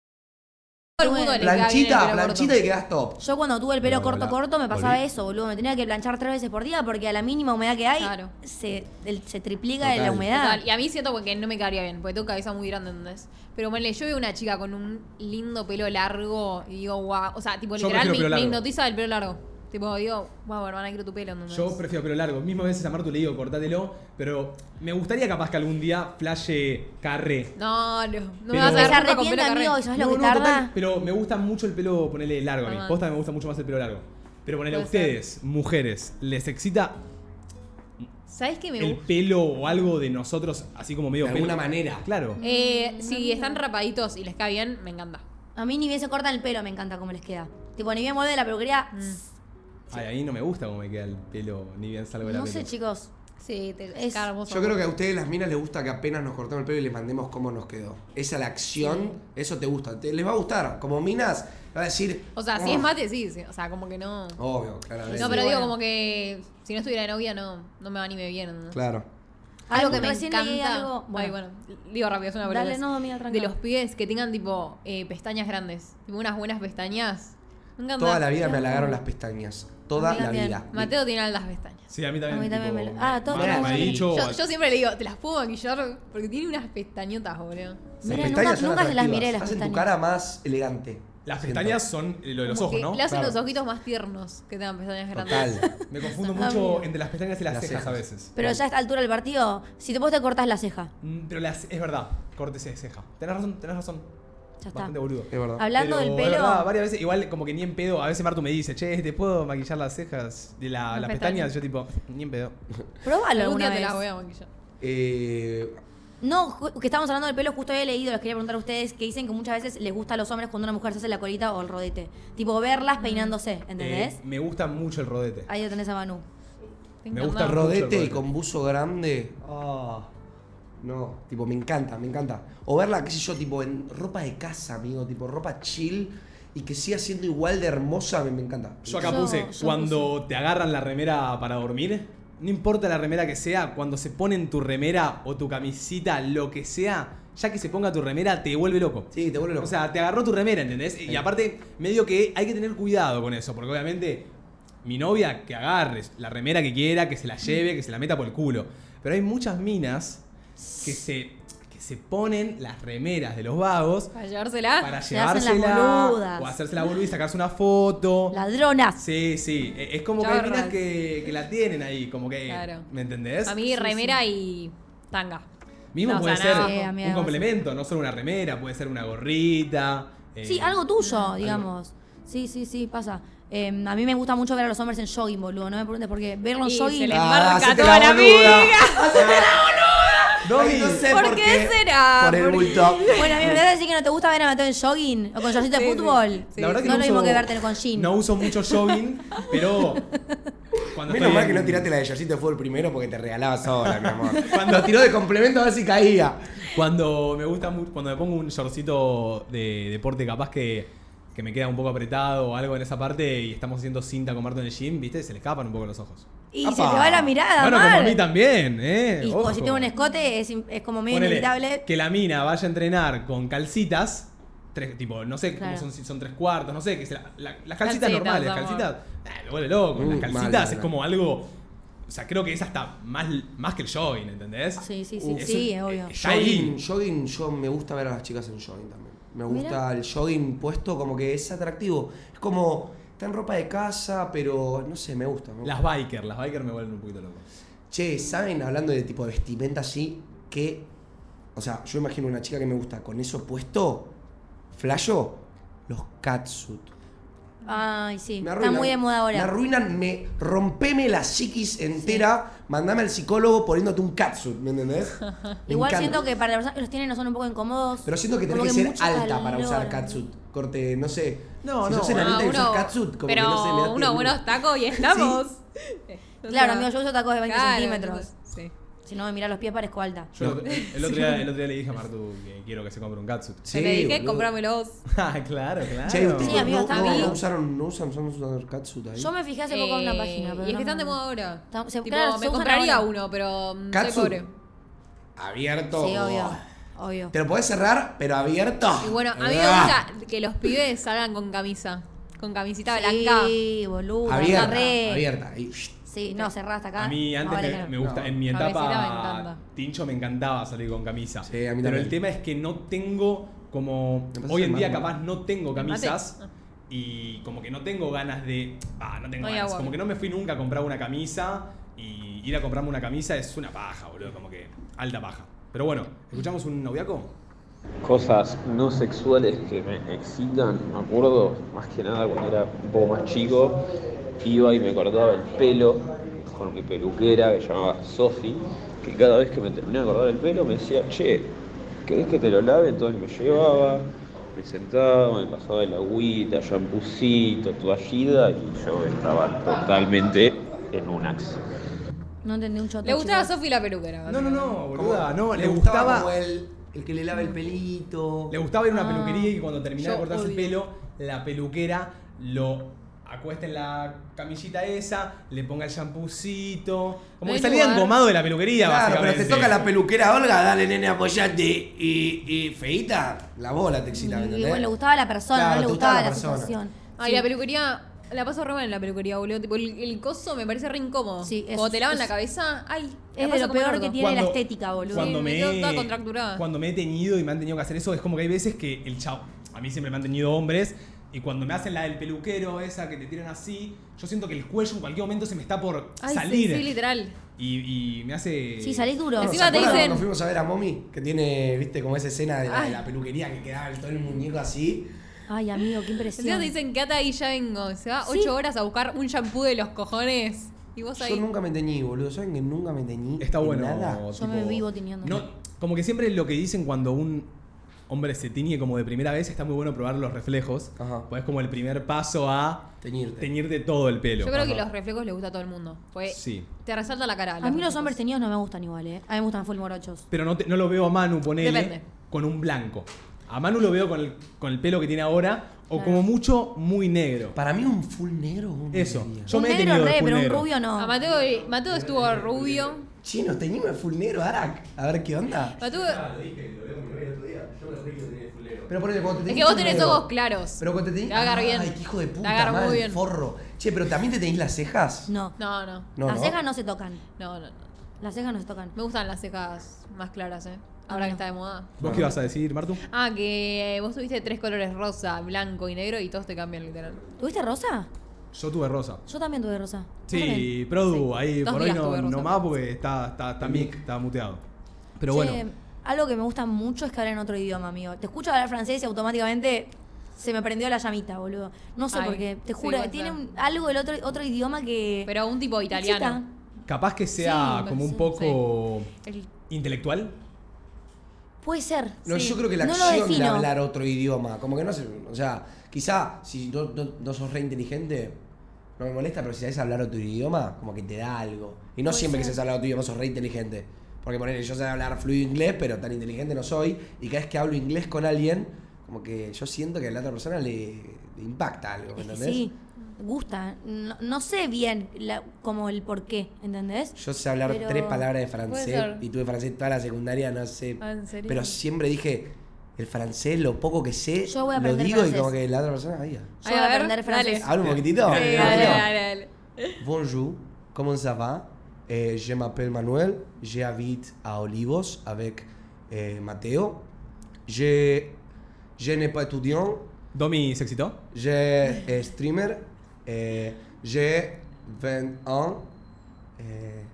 Todo el mundo le queda bien el planchita, pelo corto. planchita y quedas top. Yo cuando tuve el pelo Pero corto, la- corto, me pasaba volví. eso, boludo. Me tenía que planchar tres veces por día porque a la mínima humedad que hay, Claro. se, el- se triplica Total. la humedad. Total, Y a mí siento porque no me quedaría bien, porque tengo cabeza muy grande, ¿entendés? Pero ponele, yo veo una chica con un lindo pelo largo y digo, wow. O sea, tipo, Yo literal, prefiero me, pelo me largo. hipnotiza el pelo largo. Tipo, digo, wow, hermana, quiero tu pelo, ¿entendés? Yo prefiero pelo largo. Mismo a veces a Martu le digo, cortátelo. Pero me gustaría capaz que algún día flashe carré. No, no, no me Pero- vas a Que se ver nunca con pelo arrepienta, carré. amigo, y sabes No, lo que no, tarda. total, pero me gusta mucho el pelo, ponerle largo a mí. Ah. Posta que me gusta mucho más el pelo largo. Pero ponele a Puede ser. ustedes, mujeres, ¿les excita ¿Sabes qué me el gusta? pelo o algo de nosotros, así como medio De alguna pelo? manera. Claro. Eh, si están rapaditos y les cae bien, me encanta. A mí ni bien se cortan el pelo, me encanta cómo les queda. Tipo, ni bien vuelve de la peluquería. Mm. Ay, ahí no me gusta cómo me queda el pelo, ni bien salgo de la No sé, pelo. chicos. Sí, te Es- queda hermoso. Yo creo que a ustedes las minas les gusta que apenas nos cortamos el pelo y les mandemos cómo nos quedó. Esa la acción, eso te gusta. Te- les va a gustar. Como minas, va a decir. O sea, si Ah. "Oh". es mate, sí, sí, O sea, como que no. Oh, Obvio, claramente. No, pero digo, bueno. como que si no estuviera de novia, no, no me anime bien. ¿no? Claro. Algo que me Recién leí encanta. algo- Ay, bueno. bueno, digo rápido, es una Dale, boludez. no, amiga, tranca. De los pies que tengan tipo eh, pestañas grandes, tipo unas buenas pestañas. Me encanta. Toda la vida me halagaron las pestañas. Toda la También. vida. Mateo tiene altas pestañas. Sí, a mí también. A mí también tipo, me lo- ah, todo- me- todo- me ha dicho- Yo, yo siempre le digo, te las puedo maquillar porque tiene unas pestañotas, boludo. Las Mira, nunca, pestañas son nunca se las atractivas, miré las Hacen pestañas. tu cara más elegante. Las Siento. pestañas son eh, lo de los Como ojos, que ¿no? Le hacen Claro. los ojitos más tiernos que tengan pestañas grandes. Total. Me confundo Amigo. mucho entre las pestañas y las, Las cejas, a cejas. veces. Pero ya a esta altura del partido, si te vos te cortás la ceja. Mm, Pero las, es verdad, cortes de ceja. Tenés razón, tenés razón. Ya está. Bastante boludo. Es verdad. Hablando Pero del es pelo. verdad, varias veces, igual como que ni en pedo, a veces Martu me dice, che, ¿te puedo maquillar las cejas de la, Las las pestañas? pestañas. Yo tipo, ni en pedo. Probalo Algún alguna día vez. te las voy a maquillar. Eh, No, ju- que estábamos hablando del pelo, justo había leído, les quería preguntar a ustedes, que dicen que muchas veces les gusta a los hombres cuando una mujer se hace la colita o el rodete. Tipo, verlas Mm. peinándose, ¿entendés? Eh, me gusta mucho el rodete. Ahí lo tenés a Manu. Te Me encanta. gusta ro- Mucho rodete el y con buzo grande. Ah, no, tipo, me encanta, me encanta. O verla, qué sé yo, tipo, en ropa de casa, amigo, tipo, ropa chill. y que siga siendo igual de hermosa, me, me encanta. Yo acá Yo- puse, yo cuando te agarran la remera para dormir, no importa la remera que sea, cuando se ponen tu remera o tu camisita, lo que sea, ya que se ponga tu remera, te vuelve loco. Sí, te vuelve loco. O sea, te agarró tu remera, ¿entendés? Y aparte, medio que hay que tener cuidado con eso, porque obviamente mi novia que agarres la remera que quiera, que se la lleve, que se la meta por el culo. Pero hay muchas minas que se, que se ponen las remeras de los vagos Para llevársela. para Se hacen las llevársela boludas. o hacerse la boluda y sacarse una foto. Ladronas. Sí, sí. E- Es como que hay Chorras. minas que, que la tienen ahí, como que. Claro. ¿Me entendés? A mí remera y tanga. Mismo No, o puede sea, nada. ser Sí, amiga, un vos- complemento, no solo una remera, puede ser una gorrita. eh, Sí, algo tuyo, digamos. Sí, sí, sí, pasa. Eh, a mí me gusta mucho ver a los hombres en jogging, boludo. No me preguntes por qué. Verlo en Y jogging. se le Ah, embarca hacete toda la boluda. amiga. Hacete la boluda. Domi. Ay, no sé ¿Por por, qué será? Por el ¿Por qué? bulto. Bueno, a mí me vas a decir que no te gusta ver a Mateo en jogging o con shortcito Sí, de sí. fútbol. Sí, la verdad que no es lo mismo uso- que verte con jean. No uso mucho jogging, pero. Cuando Menos estoy mal en- que no tiraste la de Yorcito fue el primero porque te regalabas sola, mi amor. Cuando tiró de complemento a ver si caía. Cuando me gusta mu- cuando me pongo un shortcito de deporte capaz que, que me queda un poco apretado o algo en esa parte y estamos haciendo cinta con Marto en el gym, ¿viste? Se le escapan un poco los ojos. Y Apa. se te va la mirada, bueno, mal. como a mí también, ¿eh? Y Ojo. pues, si tengo un escote es, in- es como medio Ponele, inevitable. Que la mina vaya a entrenar con calcitas. Tres, tipo, no sé Claro. cómo son, si son tres cuartos, no sé, que se la- la- las calcitas, Calcitas, normales, amor. calcitas. ah, lo vuelve loco. Uh, las mal, calcitas mal, es mal. como algo. O sea, creo que es hasta más, más que el jogging, ¿entendés? Sí, sí, sí, Es sí, un- es obvio. es- Jogging, jogging, yo me gusta ver a las chicas en jogging también. Me gusta el jogging puesto como que es atractivo. Es como, está en ropa de casa, pero no sé, me gusta. me gusta. Las biker, las biker me vuelven un poquito loco. Che, ¿saben? Hablando de tipo de vestimenta así, que. O sea, yo imagino una chica que me gusta con eso puesto, flasho, los catsuit. Ay, sí. Me Está arruinan. muy de moda Me ahora. arruinan, me rompeme la psiquis entera, mandame al psicólogo poniéndote un catsuit, ¿me entendés? Me Igual encanta. siento que para las personas que los tienen no son un poco incómodos. Pero siento que Como tenés que ser mucho alta para calor. usar catsuit. Corte, no sé. No, si no. sos Ah, enanita y usás uno- catsuit, como pero que no sé, me da uno ternura. buenos tacos y estamos. Eh, Claro, amigo, yo uso tacos de 20 Claro, centímetros. entonces, sí. Si no me mirás los pies parezco alta. Yo el otro- el, otro día, el otro día le dije a Martu que quiero que se compre un catsuit. Yo le dije, boludo. comprámelos. ah, claro, claro. Che, ustedes Sí, no- amigo, no, está no- bien. no usaron, no usan, no usan catsuit ahí. Yo me fijé hace poco en una Eh, página. Pero Y es no que están de me- moda ahora. Está- se- Tipo, claro, se me usan compraría ahora. uno, pero mm, soy Catsuit. pobre. Abierto. Sí, obvio. Oh. Obvio. Te lo podés cerrar, pero abierto. Y bueno, a mí me Ah. gusta que los pibes salgan con camisa. Con camisita blanca. Sí, boludo. Abierta, re. abierta. ahí. Sí, no, cerrá hasta acá. A mí antes Ahora me- ya no. me, gusta, No. en mi A etapa Vecina me encanta. Tincho me encantaba salir con camisa. Sí, a mí Pero también. el tema es que no tengo como Me pasa hoy en el día mango. capaz no tengo camisas Mate. y como que no tengo ganas de ah, no tengo No hay ganas, agua. como que no me fui nunca a comprar una camisa y ir a comprarme una camisa es una paja, boludo, como que alta paja. Pero bueno, ¿escuchamos un noviaco? Cosas no sexuales que me excitan, me acuerdo, más que nada cuando era un poco más chico, iba y me cortaba el pelo con mi peluquera que llamaba Sofi, que cada vez que me terminaba de cortar el pelo me decía, che, ¿querés que te lo lave? Entonces me llevaba, me sentaba, me pasaba el agüita, champucito, toallida y yo estaba totalmente en un axis. No entendí un choto. Le gustaba a chicos. Sofi la peluquera. No, no, no, Como- boluda, no, le me gustaba como el, el que le lava el pelito. Le gustaba ir a una Ah. peluquería y que cuando terminaba de Yo cortarse el odio. pelo, la peluquera lo acuesta en la camillita esa, le ponga el champucito. Como No que hay salía lugar. engomado de la peluquería, Claro, pero básicamente. te toca la peluquera Olga, dale nene, apoyate. Y, y feita, la bola te excita, ¿me Y entendés? bueno, le gustaba la persona, Claro, no le te gustaba la, gustaba la persona. situación. Ay, la peluquería. La paso re mal en la peluquería, boludo. Tipo, el, el coso me parece re incómodo. Sí, es- Cuando te lavan es- la cabeza, ay, la Es de paso lo como el peor orto. que tiene la estética, boludo. Cuando Sí, me me, quedo toda contracturada. cuando me he teñido y me han tenido que hacer eso, es como que hay veces que el chavo. A mí siempre me han tenido hombres. Y cuando me hacen la del peluquero, esa que te tiran así, yo siento que el cuello en cualquier momento se me está por Ay, sí, salir. Sí, literal. y, y me hace. Sí, salís duro. Encima ¿Se te acuerdan dicen- cuando fuimos a ver a Mommy? Que tiene, viste, como esa escena de la, de la Ay. peluquería que quedaba el- todo el muñeco así. Ay, amigo, qué impresión. Encima te dicen, quédate ahí, ya vengo. Se va Sí. ocho horas a buscar un shampoo de los cojones. Y vos ahí. Yo nunca me teñí, boludo. ¿Saben que nunca me teñí? Está en bueno. Nada? Yo me vivo tiñendo. No, como que siempre lo que dicen cuando un hombre se tiñe como de primera vez, está muy bueno probar los reflejos. Ajá. Pues es como el primer paso a Teñirte. teñirte todo el pelo. Yo creo que Ajá. los reflejos les gusta a todo el mundo. Porque Sí. te resalta la cara. A mí los reflejos. hombres teñidos no me gustan igual, ¿eh? A mí me gustan full morochos. Pero no, te- no lo veo a Manu, ponele, Depende. con un blanco. A Manu lo veo con el, con el pelo que tiene ahora O como mucho, muy negro. Para mí un full negro. un Eso. negro. Yo un me he negro tenido de re, full pero un negro. rubio A no. Mateo, Mateo estuvo rubio. Chino, teñime full negro, Arak. A ver qué onda. Mateo, Ah, lo dije, lo veo con mi novia el otro día. Yo me re quiero tener el fulero. Pero ponele, cuando te es teñís que vos full tenés negro- ojos claros. Pero cuando te teñís. Te va a quedar Ay, bien. qué hijo de Te va a puta, quedar muy mal, bien. forro. Che, pero también te teñís las cejas. No. No, no. No, Las no. cejas no se tocan. No, no, no. Las cejas no se tocan. Me gustan las cejas más claras, ¿eh? Ahora que no. está de moda. ¿Vos qué vas a decir, Martu? Ah, que vos tuviste tres colores, rosa, blanco y negro, y todos te cambian literal. ¿Tuviste rosa? Yo tuve rosa. Yo también tuve rosa. Sí, Produ, ahí Dos por hoy días no, tuve rosa. no más porque está, está, está, mic, está muteado. Pero Che, bueno, Algo que me gusta mucho es que hablan otro idioma, amigo. Te escucho hablar francés y automáticamente se me prendió la llamita, boludo. No sé Ay, por qué. Te sí, juro, puede tiene ser. un- algo del otro, otro idioma que. Pero un tipo italiano. Chita, capaz que sea Sí, como un sí, poco El- intelectual. Puede ser. No, Sí. yo creo que la No lo acción de defino. hablar otro idioma, como que no sé, o sea, quizá si no, no- no sos re inteligente, no me molesta, pero si sabes hablar otro idioma, como que te da algo. Y no siempre que sabes hablar otro idioma sos re inteligente. Porque ponele, yo sé hablar fluido inglés, pero tan inteligente no soy. Y cada vez que hablo inglés con alguien, como que yo siento que a la otra persona le, le impacta algo, ¿me Es que entendés? Sí, gusta. No, no sé bien la- como el por qué, ¿entendés? Yo sé hablar Pero- tres palabras de Puede francés ser. y tuve francés toda la secundaria, no sé. Ah, ¿en serio? Pero siempre dije, el francés, lo poco que sé, Yo voy a lo aprender digo y francés. como que la otra persona, ahí. Yo Ay, voy a a ver, aprender francés. ¿Hablo un poquitito? Sí, ¿Un dale, poquitito? dale, dale. Bonjour, comment ça va? Eh, je m'appelle Manuel, j'habite à Olivos avec eh, Mathéo. Je, je n'ai pas étudiant, Domi se excitó. je eh, streamer, eh, j'ai 20 ans. eh,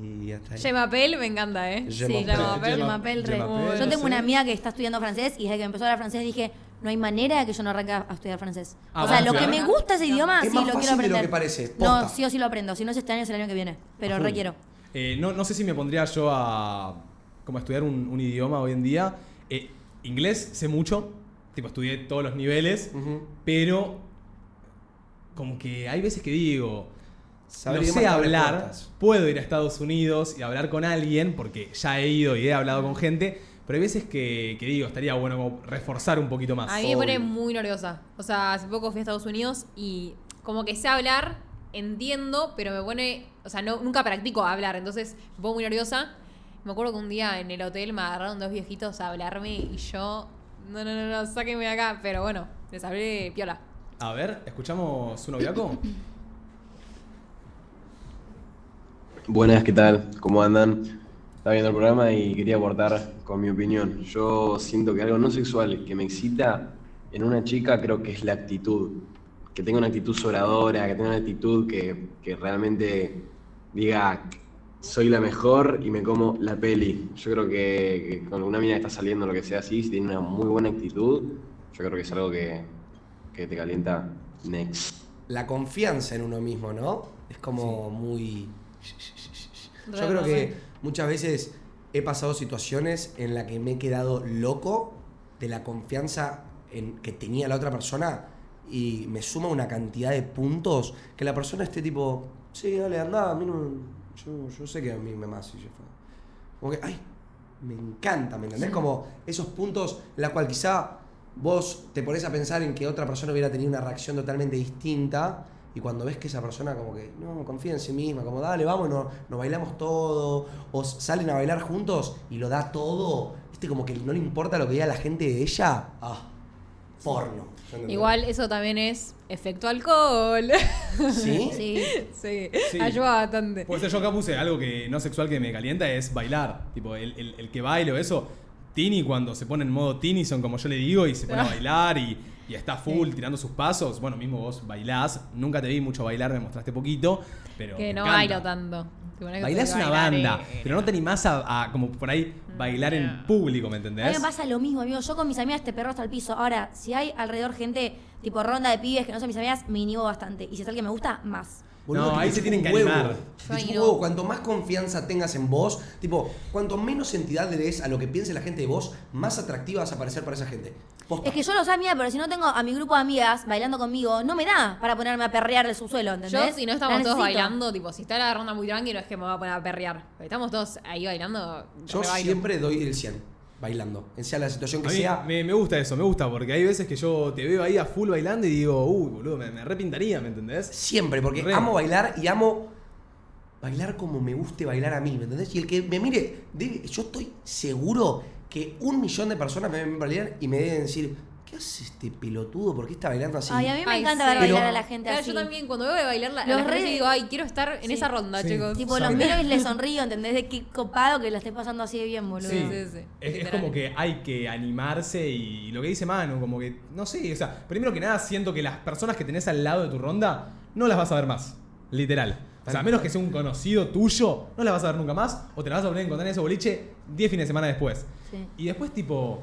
y hasta ahí. Je m'appelle, me encanta, ¿eh? Je Sí, m'appelle. Je m'appelle. Je m'appelle re. Je m'appelle, Yo tengo sí. una amiga que está estudiando francés y desde que empezó a hablar francés dije, no hay manera de que yo no arranque a estudiar francés. Ah, o sea, bueno, lo que claro. me gusta ese idioma, Es sí, más lo fácil quiero de aprender. lo que parece, posta. No, sí o sí lo aprendo. Si no es este año, es el año que viene. Pero Ajá. requiero. Eh, no, no sé si me pondría yo a como a estudiar un, un idioma hoy en día. Eh, inglés sé mucho, tipo estudié todos los niveles, Ujú. pero como que hay veces que digo, Saber no idiomas sé te abre hablar, puertas. puedo ir a Estados Unidos y hablar con alguien, porque ya he ido y he hablado con gente, pero hay veces que, que digo, estaría bueno como reforzar un poquito más. A mí me pone Obvio. muy nerviosa. O sea, hace poco fui a Estados Unidos y como que sé hablar, entiendo, pero me pone. O sea, no, nunca practico hablar, entonces me pongo muy nerviosa. Me acuerdo que un día en el hotel me agarraron dos viejitos a hablarme y yo. No, no, no, no, sáquenme de acá. Pero bueno, les hablé piola. A ver, ¿escuchamos un noviaco? Buenas, ¿qué tal? ¿Cómo andan? Estaba viendo el programa y quería aportar con mi opinión. Yo siento que algo no sexual que me excita en una chica creo que es la actitud. Que tenga una actitud sobradora, que tenga una actitud que, que realmente diga soy la mejor y me como la peli. Yo creo que, que con una mina que está saliendo, lo que sea así, si tiene una muy buena actitud, yo creo que es algo que, que te calienta next. la confianza en uno mismo, ¿no? Es como muy... Yo Re, creo re, que re. muchas veces he pasado situaciones en las que me he quedado loco de la confianza en que tenía la otra persona y me suma una cantidad de puntos que la persona esté tipo, sí, dale, anda, a mí no... Yo, yo sé que a mí me más y yo fue- como que, ay, me encanta, ¿me entendés? Como esos puntos en los cuales quizá vos te pones a pensar en que otra persona hubiera tenido una reacción totalmente distinta y cuando ves que esa persona como que, no, confía en sí misma, como dale, vamos, no- nos, bailamos todo, o s- salen a bailar juntos y lo da todo, viste, como que no le importa lo que diga la gente de ella, ah, porno. ¿entendés? Igual eso también es efecto alcohol. ¿Sí? Sí. sí, Sí. ayuda bastante. Pues yo acá puse algo que no sexual que me calienta es bailar. Tipo, el, el- el que bailo, eso. Tini, cuando se pone en modo Tini, son como yo le digo, y se pone a bailar y, y está full tirando sus pasos. Bueno, mismo vos bailás. Nunca te vi mucho bailar, me mostraste poquito. Pero que me no encanta. bailo tanto. Te ponés que Bailás estoy una bailar, banda, eh, Mm, pero no te animás a, a como por ahí bailar en público, ¿me A mí entendés? me pasa lo mismo, amigo. Yo con mis amigas te perro hasta el piso. Ahora, si hay alrededor gente tipo ronda de pibes que no son mis amigas, me inhibo bastante. Y si es alguien que me gusta, más. No, te ahí se chupa tienen un que huevo. animar. Te Ay, chupa un no. huevo. Cuanto más confianza tengas en vos, tipo, cuanto menos entidad le des a lo que piense la gente de vos, más atractiva vas a parecer para esa gente. Posta. Es que yo los amiga, pero si no tengo a mi grupo de amigas bailando conmigo, no me da para ponerme a perrear del subsuelo, ¿entendés? Yo, si no estamos La todos necesito. bailando, tipo, si está la ronda muy tranqui, no es que me voy a poner a perrear. Pero estamos todos ahí bailando. Yo rebailo. siempre doy el 100. bailando. En sea la situación que A mí sea. me, me gusta eso, me gusta, porque hay veces que yo te veo ahí a full bailando y digo, uy, boludo, me, me repintaría, ¿me entendés? Siempre, porque Re. amo bailar y amo bailar como me guste bailar a mí, ¿me entendés? Y el que me mire, debe- yo estoy seguro que un millón de personas me ven bailar y me deben decir, ¿qué hace este pelotudo? ¿Por qué está bailando así? Ay, a mí me Ay, encanta sí. ver bailar Pero- a la gente Claro, así. yo también cuando veo a bailar la, a la Los gente re- digo, ay, quiero estar en Sí. esa ronda, Sí. chicos. Tipo, los Sabe. miro y les sonrío, ¿entendés? De qué copado que la estés pasando así de bien, boludo. Sí, sí, sí. Es, es eh, Literal. como que hay que animarse y, lo que dice Manu, como que, no sé, o sea, primero que nada siento que las personas que tenés al lado de tu ronda no las vas a ver más, literal. O sea, a menos que sea un conocido tuyo, no las vas a ver nunca más o te las vas a volver a encontrar en ese boliche 10 fines de semana después. Sí. Y después, tipo,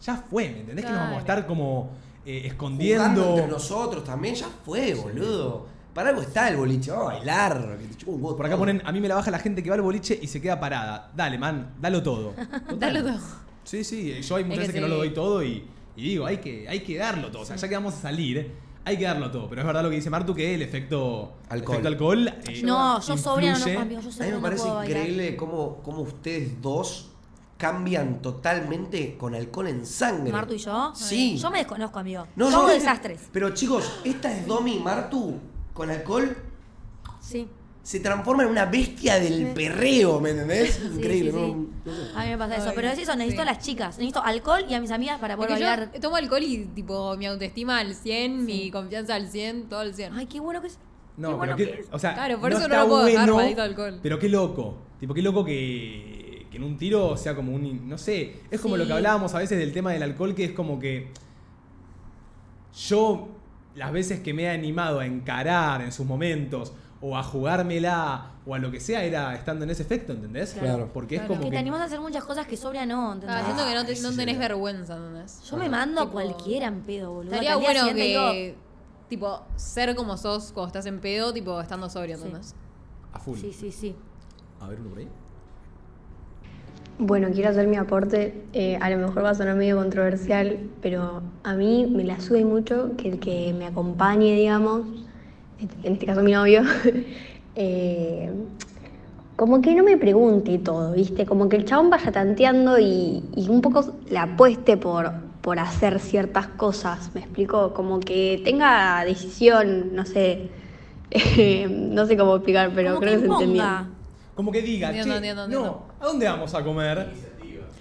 ya fue, ¿me entendés? Que nos vamos a Claro. estar como eh, Jugando escondiendo. entre nosotros también, ya fue, boludo. Para algo está el boliche, vamos a bailar. que te chupa un huevo Por acá todo. ponen, a mí me la baja la gente que va al boliche y se queda parada. Dale, man, dalo todo. Total. Dalo todo. Sí, sí, yo hay muchas que veces que no sí. lo doy todo y, y digo, hay que, hay que darlo todo. O sea, ya que vamos a salir, hay que darlo todo. Pero es verdad lo que dice Martu, que el efecto Alcohol. efecto alcohol eh, No, yo sobria no, influye. amigo, yo A mí sobria me no parece puedo bailar. increíble cómo, cómo ustedes dos cambian totalmente con alcohol en sangre. Martu y yo. Sí. Yo me desconozco, amigo. No, Somos no. desastres. Pero chicos, esta es Domi Martu con alcohol. Sí. Se transforma en una bestia del perreo, ¿me entendés? Sí, Increíble, sí, sí. ¿no? A mí me pasa eso. Ay, Pero es eso, necesito sí. a las chicas. Necesito alcohol y a mis amigas para poder Porque bailar. yo tomo alcohol y tipo mi autoestima al 100, mi confianza al 100, todo al 100. Ay, qué bueno que es. No, bueno pero que qué, es. o sea, Claro, por eso no está lo puedo dejar bueno, maldito alcohol. Pero qué loco. Tipo, qué loco que, que en un tiro sea como un. No sé. Es como lo Sí. que hablábamos a veces del tema del alcohol, que es como que. Yo, las veces que me he animado a encarar en sus momentos, o a jugármela, o a lo que sea, era estando en ese efecto, ¿entendés? Claro. Porque Claro. es como Que que. te animas a hacer muchas cosas que sobria no, ¿entendés? Ah, siento que no, Ay, te- sí, no sí, tenés sí. vergüenza, ¿entendés? Yo me mando a Tipo, cualquiera en pedo, boludo. Estaría Al día bueno siguiente que, tipo, ser como sos cuando estás en pedo, tipo, estando sobrio, Sí. ¿entendés? A full. digo, Sí, sí, sí. A ver uno por ahí. Bueno, quiero hacer mi aporte. eh, a lo mejor va a sonar medio controversial, pero a mí me la sube mucho que el que me acompañe, digamos, en este caso mi novio, eh, como que no me pregunte todo, ¿viste? Como que el chabón vaya tanteando y, y un poco la apueste por, por hacer ciertas cosas, ¿me explico? Como que tenga decisión, no sé, eh, no sé cómo explicar, pero Como creo que, se entendió. imponga. Como que diga, Entiendo, che, entiendo, no, entiendo. ¿a dónde vamos a comer?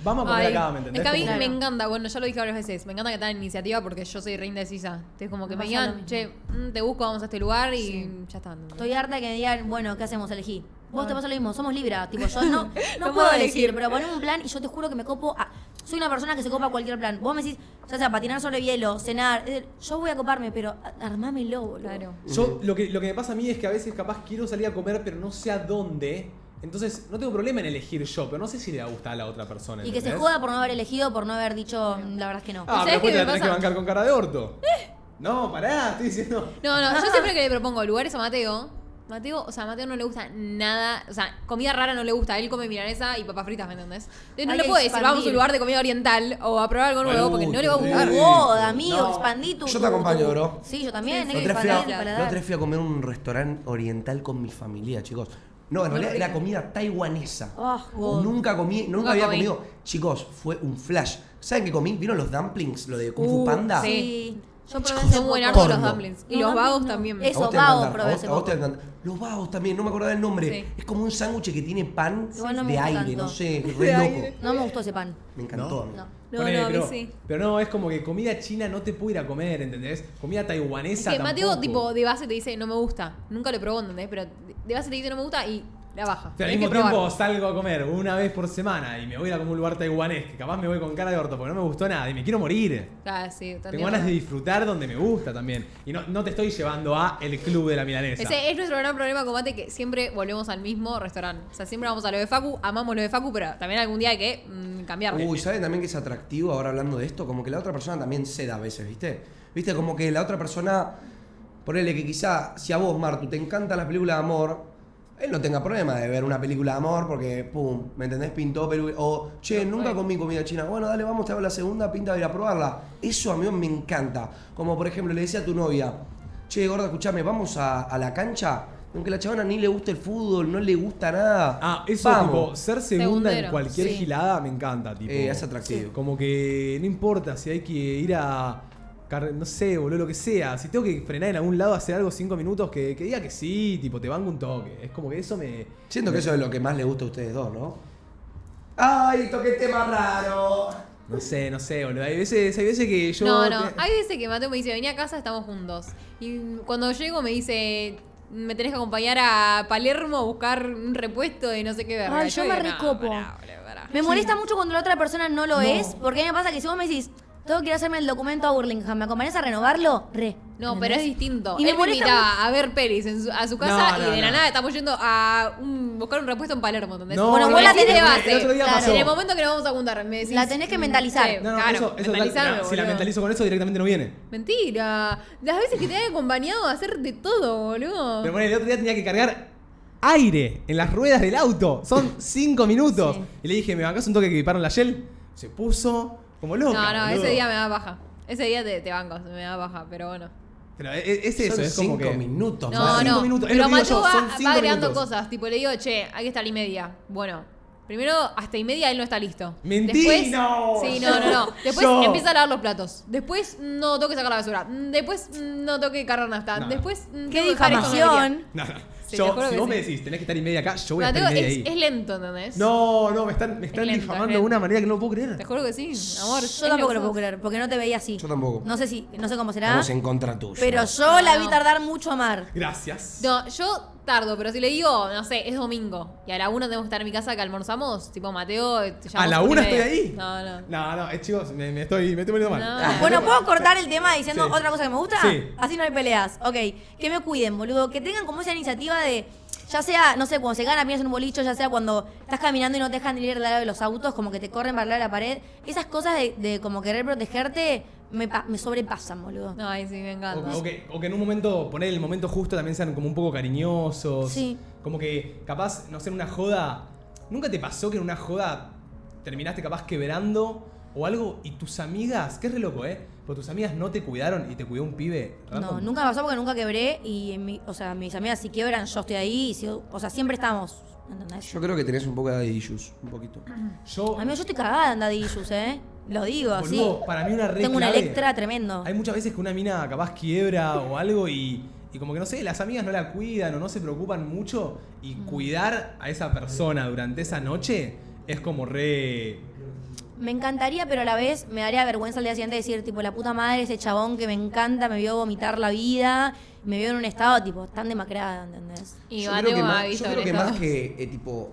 Vamos a comer Ay, acá, ¿me entendés? Es que a mí Como me que- encanta, bueno, ya lo dije varias veces, me encanta que tengan iniciativa porque yo soy re indecisa. Entonces, como que Me me, pasa lo digan, mismo. che, mm, te busco, vamos a este lugar y Sí. ya está. ¿entendés? Estoy harta que me digan, bueno, ¿qué hacemos? Elegí. Vos No. te pasa lo mismo, somos Libra. Tipo, yo no, no, puedo, puedo elegir, elegir. pero ponemos un plan y yo te juro que me copo a. Soy una persona que se copa a cualquier plan. Vos me decís, ya sea patinar sobre hielo, cenar. eh, Yo voy a coparme, pero a- armámelo, boludo. Claro. Yo lo que, lo que me pasa a mí es que a veces capaz quiero salir a comer, pero no sé a dónde. Entonces no tengo problema en elegir yo, pero no sé si le va a gustar a la otra persona. Y que se ¿entendés? joda por no haber elegido, por no haber dicho, "Mm, la verdad es que no. Ah, ¿Sabés pero después qué te la me tenés que pasa? bancar con cara de orto. No, pará, estoy diciendo. No, no, yo siempre que le propongo lugares a Mateo, Mateo, o sea, a Mateo no le gusta nada, o sea, comida rara no le gusta, él come milanesa y papas fritas, ¿me entendés? Entonces no Hay le que puedo decir, expandir. vamos a un lugar de comida oriental o a probar algo nuevo Ay, porque uy, no le va a qué gustar. rico. Joda, amigo, No. expandí tu. Yo te tu- acompaño, tu- bro. Sí, yo también, Sí, hay sí, que La otra, expandir vez el fui a, la paladar. otra vez fui a comer un restaurante oriental con mi familia, chicos. No, en realidad era comida taiwanesa. Oh, God. Nunca comí, nunca, Nunca había comí. comido. Chicos, fue un flash. ¿Saben qué comí? ¿Vieron los dumplings? Lo de Kung Fu Uh, Panda. Sí. Yo probé hace Son buen poco. hartos los Porno. dumplings. Y los No, dumplings vagos no. también. me Eso, A vos te vago, va a encantar, probé a vos- hace a vos te va a poco. encantar. Los vagos también, no me acordaba el nombre. Sí. Es como un sándwich que tiene pan Igual no me de gusta aire, tanto. no sé, re loco. No me gustó ese pan. Me encantó. No. No, Ponele, no, a mí pero, sí. Pero no, es como que comida china no te puedo ir a comer, ¿entendés? Comida Es taiwanesa. que Mateo, tampoco. tipo, de base te dice no me gusta. Nunca lo probó, ¿entendés? Pero de base te dice no me gusta y la baja. O sea, al Tenés que mismo probar. tiempo salgo a comer una vez por semana y me voy a ir a como un lugar taiwanés, que capaz me voy con cara de orto porque no me gustó nada y me quiero morir. Ah, sí, Tengo también. ganas de disfrutar donde me gusta también. Y no, no te estoy llevando a el club de la milanesa. Ese es nuestro gran problema combate que siempre volvemos al mismo restaurante. O sea, siempre vamos a lo de Facu, amamos lo de Facu, pero también algún día hay que mm, cambiar. Uy, ¿saben también que es atractivo ahora hablando de esto? Como que la otra persona también ceda a veces, ¿viste? ¿Viste? Como que la otra persona, ponele que quizá, si a vos, Martu, te encanta la película de amor, él no tenga problema de ver una película de amor porque, pum, ¿me entendés? Pintó Perú. O, che, nunca comí comida china. Bueno, dale, vamos, te hago la segunda, pinta de ir a probarla. Eso a mí me encanta. Como por ejemplo, le decía a tu novia, che, gorda, escuchame, vamos a, a la cancha Aunque la chabona ni le gusta el fútbol, no le gusta nada. Ah, eso tipo, Vamos. ser segunda en Segundero, cualquier sí. gilada me encanta, tipo. Eh, es atractivo. Sí. Como que no importa si hay que ir a. car- No sé, boludo, lo que sea. Si tengo que frenar en algún lado, hacer algo cinco minutos, que, que diga que sí, tipo, te banco un toque. Es como que eso me. Siento que eso es lo que más le gusta a ustedes dos, ¿no? ¡Ay, toqué tema raro! No sé, no sé, boludo. Hay veces, hay veces que yo. No, no. te- Hay veces que Mateo me dice, vení a casa, estamos juntos. Y cuando llego me dice, me tenés que acompañar a Palermo a buscar un repuesto de no sé qué verga. Ay, yo me digo, "No, recopo". pará, boludo, pará". Me molesta mucho cuando la otra persona no lo No. es, porque a mí me pasa que si vos me decís, tengo que ir a hacerme el documento a Burlingame, ¿me acompañás a renovarlo? Re. No, ¿Entendés? pero es distinto. Y Y me Él me molesta invitaba a ver pelis en su- a su No, casa y no, de la no. nada estamos yendo a un- buscar un repuesto en Palermo, ¿entendés? No, Bueno, me vos la decís tenés- de base. el otro día Claro. pasó. En el momento que nos vamos a juntar, me decís, La tenés que mm, mentalizar. sí, No, no, claro, eso, eso tal- mentalizame, no, si la boludo. mentalizo con eso, directamente no viene. Mentira. Las veces que te han acompañado a hacer de todo, boludo. Pero bueno, el otro día tenía que cargar aire en las ruedas del auto. Son cinco minutos. Sí. Y le dije, ¿me bancás un toque que equiparon la Shell? Se puso como loca. no, no, boludo. ese día me da baja. Ese día te, te banco, me da baja, pero bueno. Pero es, es eso, Son es como cinco que. minutos, No, más. No, no. cinco minutos, es Pero lo que digo Mateo yo, va, son va cinco agregando minutos. cosas. Tipo, le digo, che, hay que estar y media. Bueno, primero hasta y media él no está listo. ¡Mentira! Después- sí, no, no, no. Después Yo. empieza a lavar los platos. Después no tengo que sacar la basura. Mm, Después mm, no tengo que cargar nafta. No. Después. mm, tengo ¡Qué que dejar esto en difamación! No, no. Sí, te yo, juro si que vos sí. me decís, tenés que estar y media acá, yo voy a Mateo estar y media es, ahí. es lento, ¿entendés? No, no, me están, me están lento, es difamando de lento. una manera que no lo puedo creer. Te juro que sí, amor. es Yo tampoco que lo puedo sos. creer, porque no te veía así. Yo tampoco. No sé si, no sé cómo será, Estamos en contra tuyo. pero yo la vi tardar mucho a amar. Gracias. No, yo tardo, pero si le digo, no sé, es domingo y a la una tenemos que estar en mi casa que almorzamos, tipo Mateo, te llamo ¿A la cinco y una estoy media. ahí? No, no. No, no, eh, chicos, me, me estoy, me estoy poniendo mal. No. Bueno, ¿puedo cortar el tema diciendo Sí. otra cosa que me gusta? Sí. Así no hay peleas. Ok, que me cuiden, boludo. Que tengan como esa iniciativa de, ya sea, no sé, cuando se gana, piensas en un bolicho, ya sea cuando estás caminando y no te dejan ir al lado de los autos, como que te corren para el lado de la pared. Esas cosas de, de como querer protegerte me, pa- me sobrepasan, boludo. No, ay, sí, me encanta. O, o que, o que en un momento, poner el momento justo también sean como un poco cariñosos. Sí. Como que capaz, no sé, en una joda. ¿Nunca te pasó que en una joda terminaste capaz quebrando o algo y tus amigas, que es re loco, ¿eh? Pero tus amigas no te cuidaron y te cuidó un pibe No, random? nunca me pasó porque nunca quebré y, en mi- o sea, mis amigas si quiebran, yo estoy ahí. y si- o sea, siempre estamos, ¿entendés? Yo creo que tenés un poco de issues, un poquito. Yo, Amigo, yo estoy cagada en daddy issues, ¿eh? Lo digo, así. boludo, para mí una red Tengo una clave- Electra tremendo. Hay muchas veces que una mina capaz quiebra o algo y, y como que no sé, las amigas no la cuidan o no se preocupan mucho y Mm. cuidar a esa persona durante esa noche es como re... Me encantaría, pero a la vez me daría vergüenza al día siguiente decir, tipo, la puta madre, ese chabón que me encanta, me vio vomitar la vida, me vio en un estado, tipo, tan demacrada, ¿entendés? Y yo Mateo creo que me más, ha yo visto creo que, en más eso. que, eh, tipo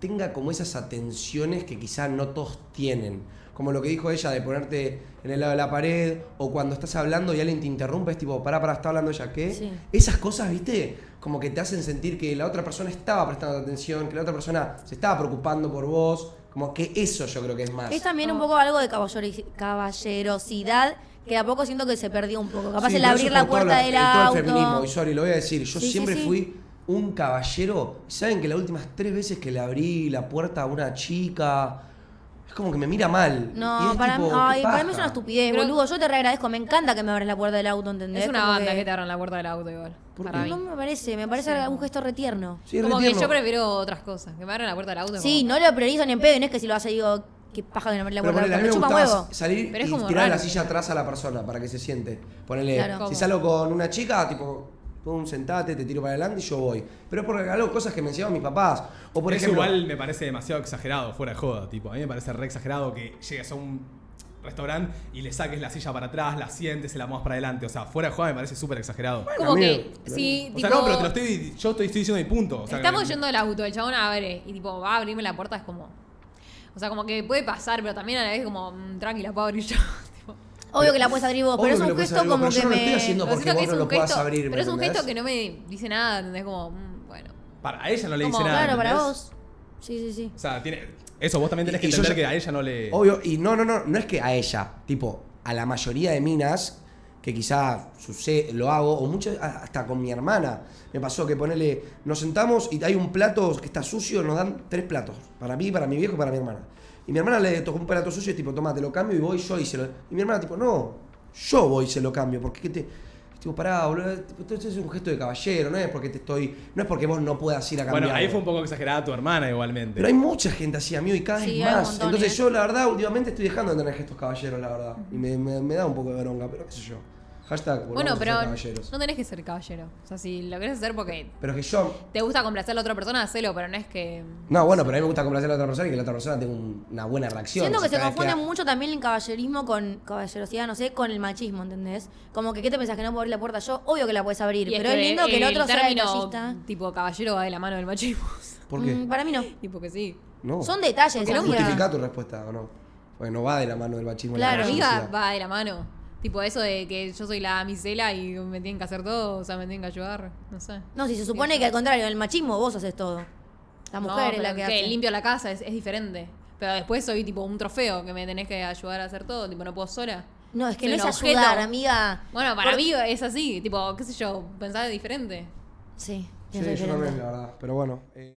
tenga como esas atenciones que quizás no todos tienen. Como lo que dijo ella de ponerte en el lado de la pared o cuando estás hablando y alguien te interrumpe, es tipo, pará, pará, está hablando ella, ¿qué? Sí. Esas cosas, viste, como que te hacen sentir que la otra persona estaba prestando atención, que la otra persona se estaba preocupando por vos. Como que eso yo creo que es más. Es también un poco algo de caballori- caballerosidad que de a poco siento que se perdió un poco. Capaz Sí, el pero abrir eso la por todo puerta lo- del el- Todo el feminismo, auto. y sorry, lo voy a decir. Yo Sí, sí, siempre sí. fui un caballero. ¿Saben que las últimas tres veces que le abrí la puerta a una chica, es como que me mira mal? Y No, es para, tipo, mí- qué ay, para mí es paja. una estupidez, Creo- boludo. Yo te reagradezco, me encanta que me abres la puerta del auto, ¿entendés? Es una Como banda que... te abran la puerta del auto igual. Para mí. No me parece, me parece un gesto retierno. Sí, es Como que retierno. yo prefiero otras cosas. Que me abran la puerta del auto. Sí, como- no lo priorizo ni en pedo, y no es que si lo hace digo, qué paja que no me abrí la Pero puerta del ponele, a auto. mí Me me chupa gustaba huevo. salir Pero es y como tirar la raro. silla atrás a la persona para que se siente. Ponele, Claro. si ¿Cómo? salgo con una chica, tipo, pum, sentate, te tiro para adelante y yo voy. Pero es porque algo cosas que me enseñaban mis papás. O por Por eso ejemplo, igual me parece demasiado exagerado, fuera de joda, tipo. A mí me parece re exagerado que llegues a un restaurante y le saques la silla para atrás, la sientes, se la muevas para adelante. O sea, fuera de joda me parece súper exagerado. Como que, Amigo, sí, O tipo. sea, no, pero te lo estoy, yo estoy, estoy diciendo mi punto. O sea, estamos que- yendo al auto, el chabón abre y tipo va a abrirme la puerta, es como. O sea, como que puede pasar, pero también a la vez como, mm, tranquila, puedo abrir yo. tipo. Obvio que la puedes abrir vos, obvio pero es que lo un puedes gesto abrir vos, pero como que yo no lo estoy me. haciendo- No, porque vos no lo puedas abrir, ¿me pero es un entendés? gesto que no me dice nada, ¿entendés? Como, mm, bueno. Para ella no le dice Como, nada. Claro, para ¿entendés? vos. Sí, sí, sí. O sea, tiene, eso vos también tenés que Y yo entender ya- que a ella no le... Obvio, y no, no, no, no es que a ella, tipo, a la mayoría de minas, que quizá sucede, lo hago, o muchas, a- hasta con mi hermana, me pasó que ponele, nos sentamos y hay un plato que está sucio, nos dan tres platos, para mí, para mi viejo y para mi hermana. Y mi hermana le tocó un plato sucio y tipo, toma, te lo cambio y voy yo y se lo... Y mi hermana tipo, no, yo voy y se lo cambio, porque que te... Tipo, pará, boludo, tipo, esto esto es un gesto de caballero, no es porque te estoy. No es porque vos no puedas ir a cambiar. Bueno, ahí fue un poco exagerada tu hermana igualmente. Pero hay mucha gente así, amigo, y cada Sí, vez hay un más. montón, Entonces ¿eh? yo, la verdad, últimamente estoy dejando de tener gestos caballeros, la verdad. Y me, me- me da un poco de bronca, pero qué sé yo. Hashtag, Bueno, volvamos a ser pero caballeros. no tenés que ser caballero. O sea, si lo querés hacer porque Pero es que yo. te gusta complacer a la otra persona, hacelo, pero no es que. No, bueno, pero a mí me gusta complacer a la otra persona y que la otra persona tenga un- una buena reacción. Siento Si que se cada vez confunde da- mucho también el caballerismo con caballerosidad, no sé, con el machismo, ¿entendés? Como que, ¿qué te pensás que no puedo abrir la puerta yo? Obvio que la puedes abrir, Y pero es que lindo que el otro sea término detallista. Tipo, caballero va de la mano del machismo. ¿Por qué? Mm, para mí no. y porque sí. No. Son detalles, Porque no amiga. Justifica tu respuesta, ¿o no? Porque no va de la mano del machismo. y la Claro. Amiga caballerosidad. va de la mano. Tipo, eso de que yo soy la misela y me tienen que hacer todo, o sea, me tienen que ayudar. No sé. No, si se supone que al contrario, el machismo vos haces todo. La No, mujer es pero la que ¿qué? hace. limpio la casa, es, es diferente. Pero después soy tipo un trofeo que me tenés que ayudar a hacer todo, tipo, no puedo sola. No, es que Soy no un es objeto. ayudar, amiga. Bueno, para Por- mí es así, tipo, qué sé yo, pensar diferente. Sí, Sí, yo pienso diferente. también, la verdad. Pero bueno. eh,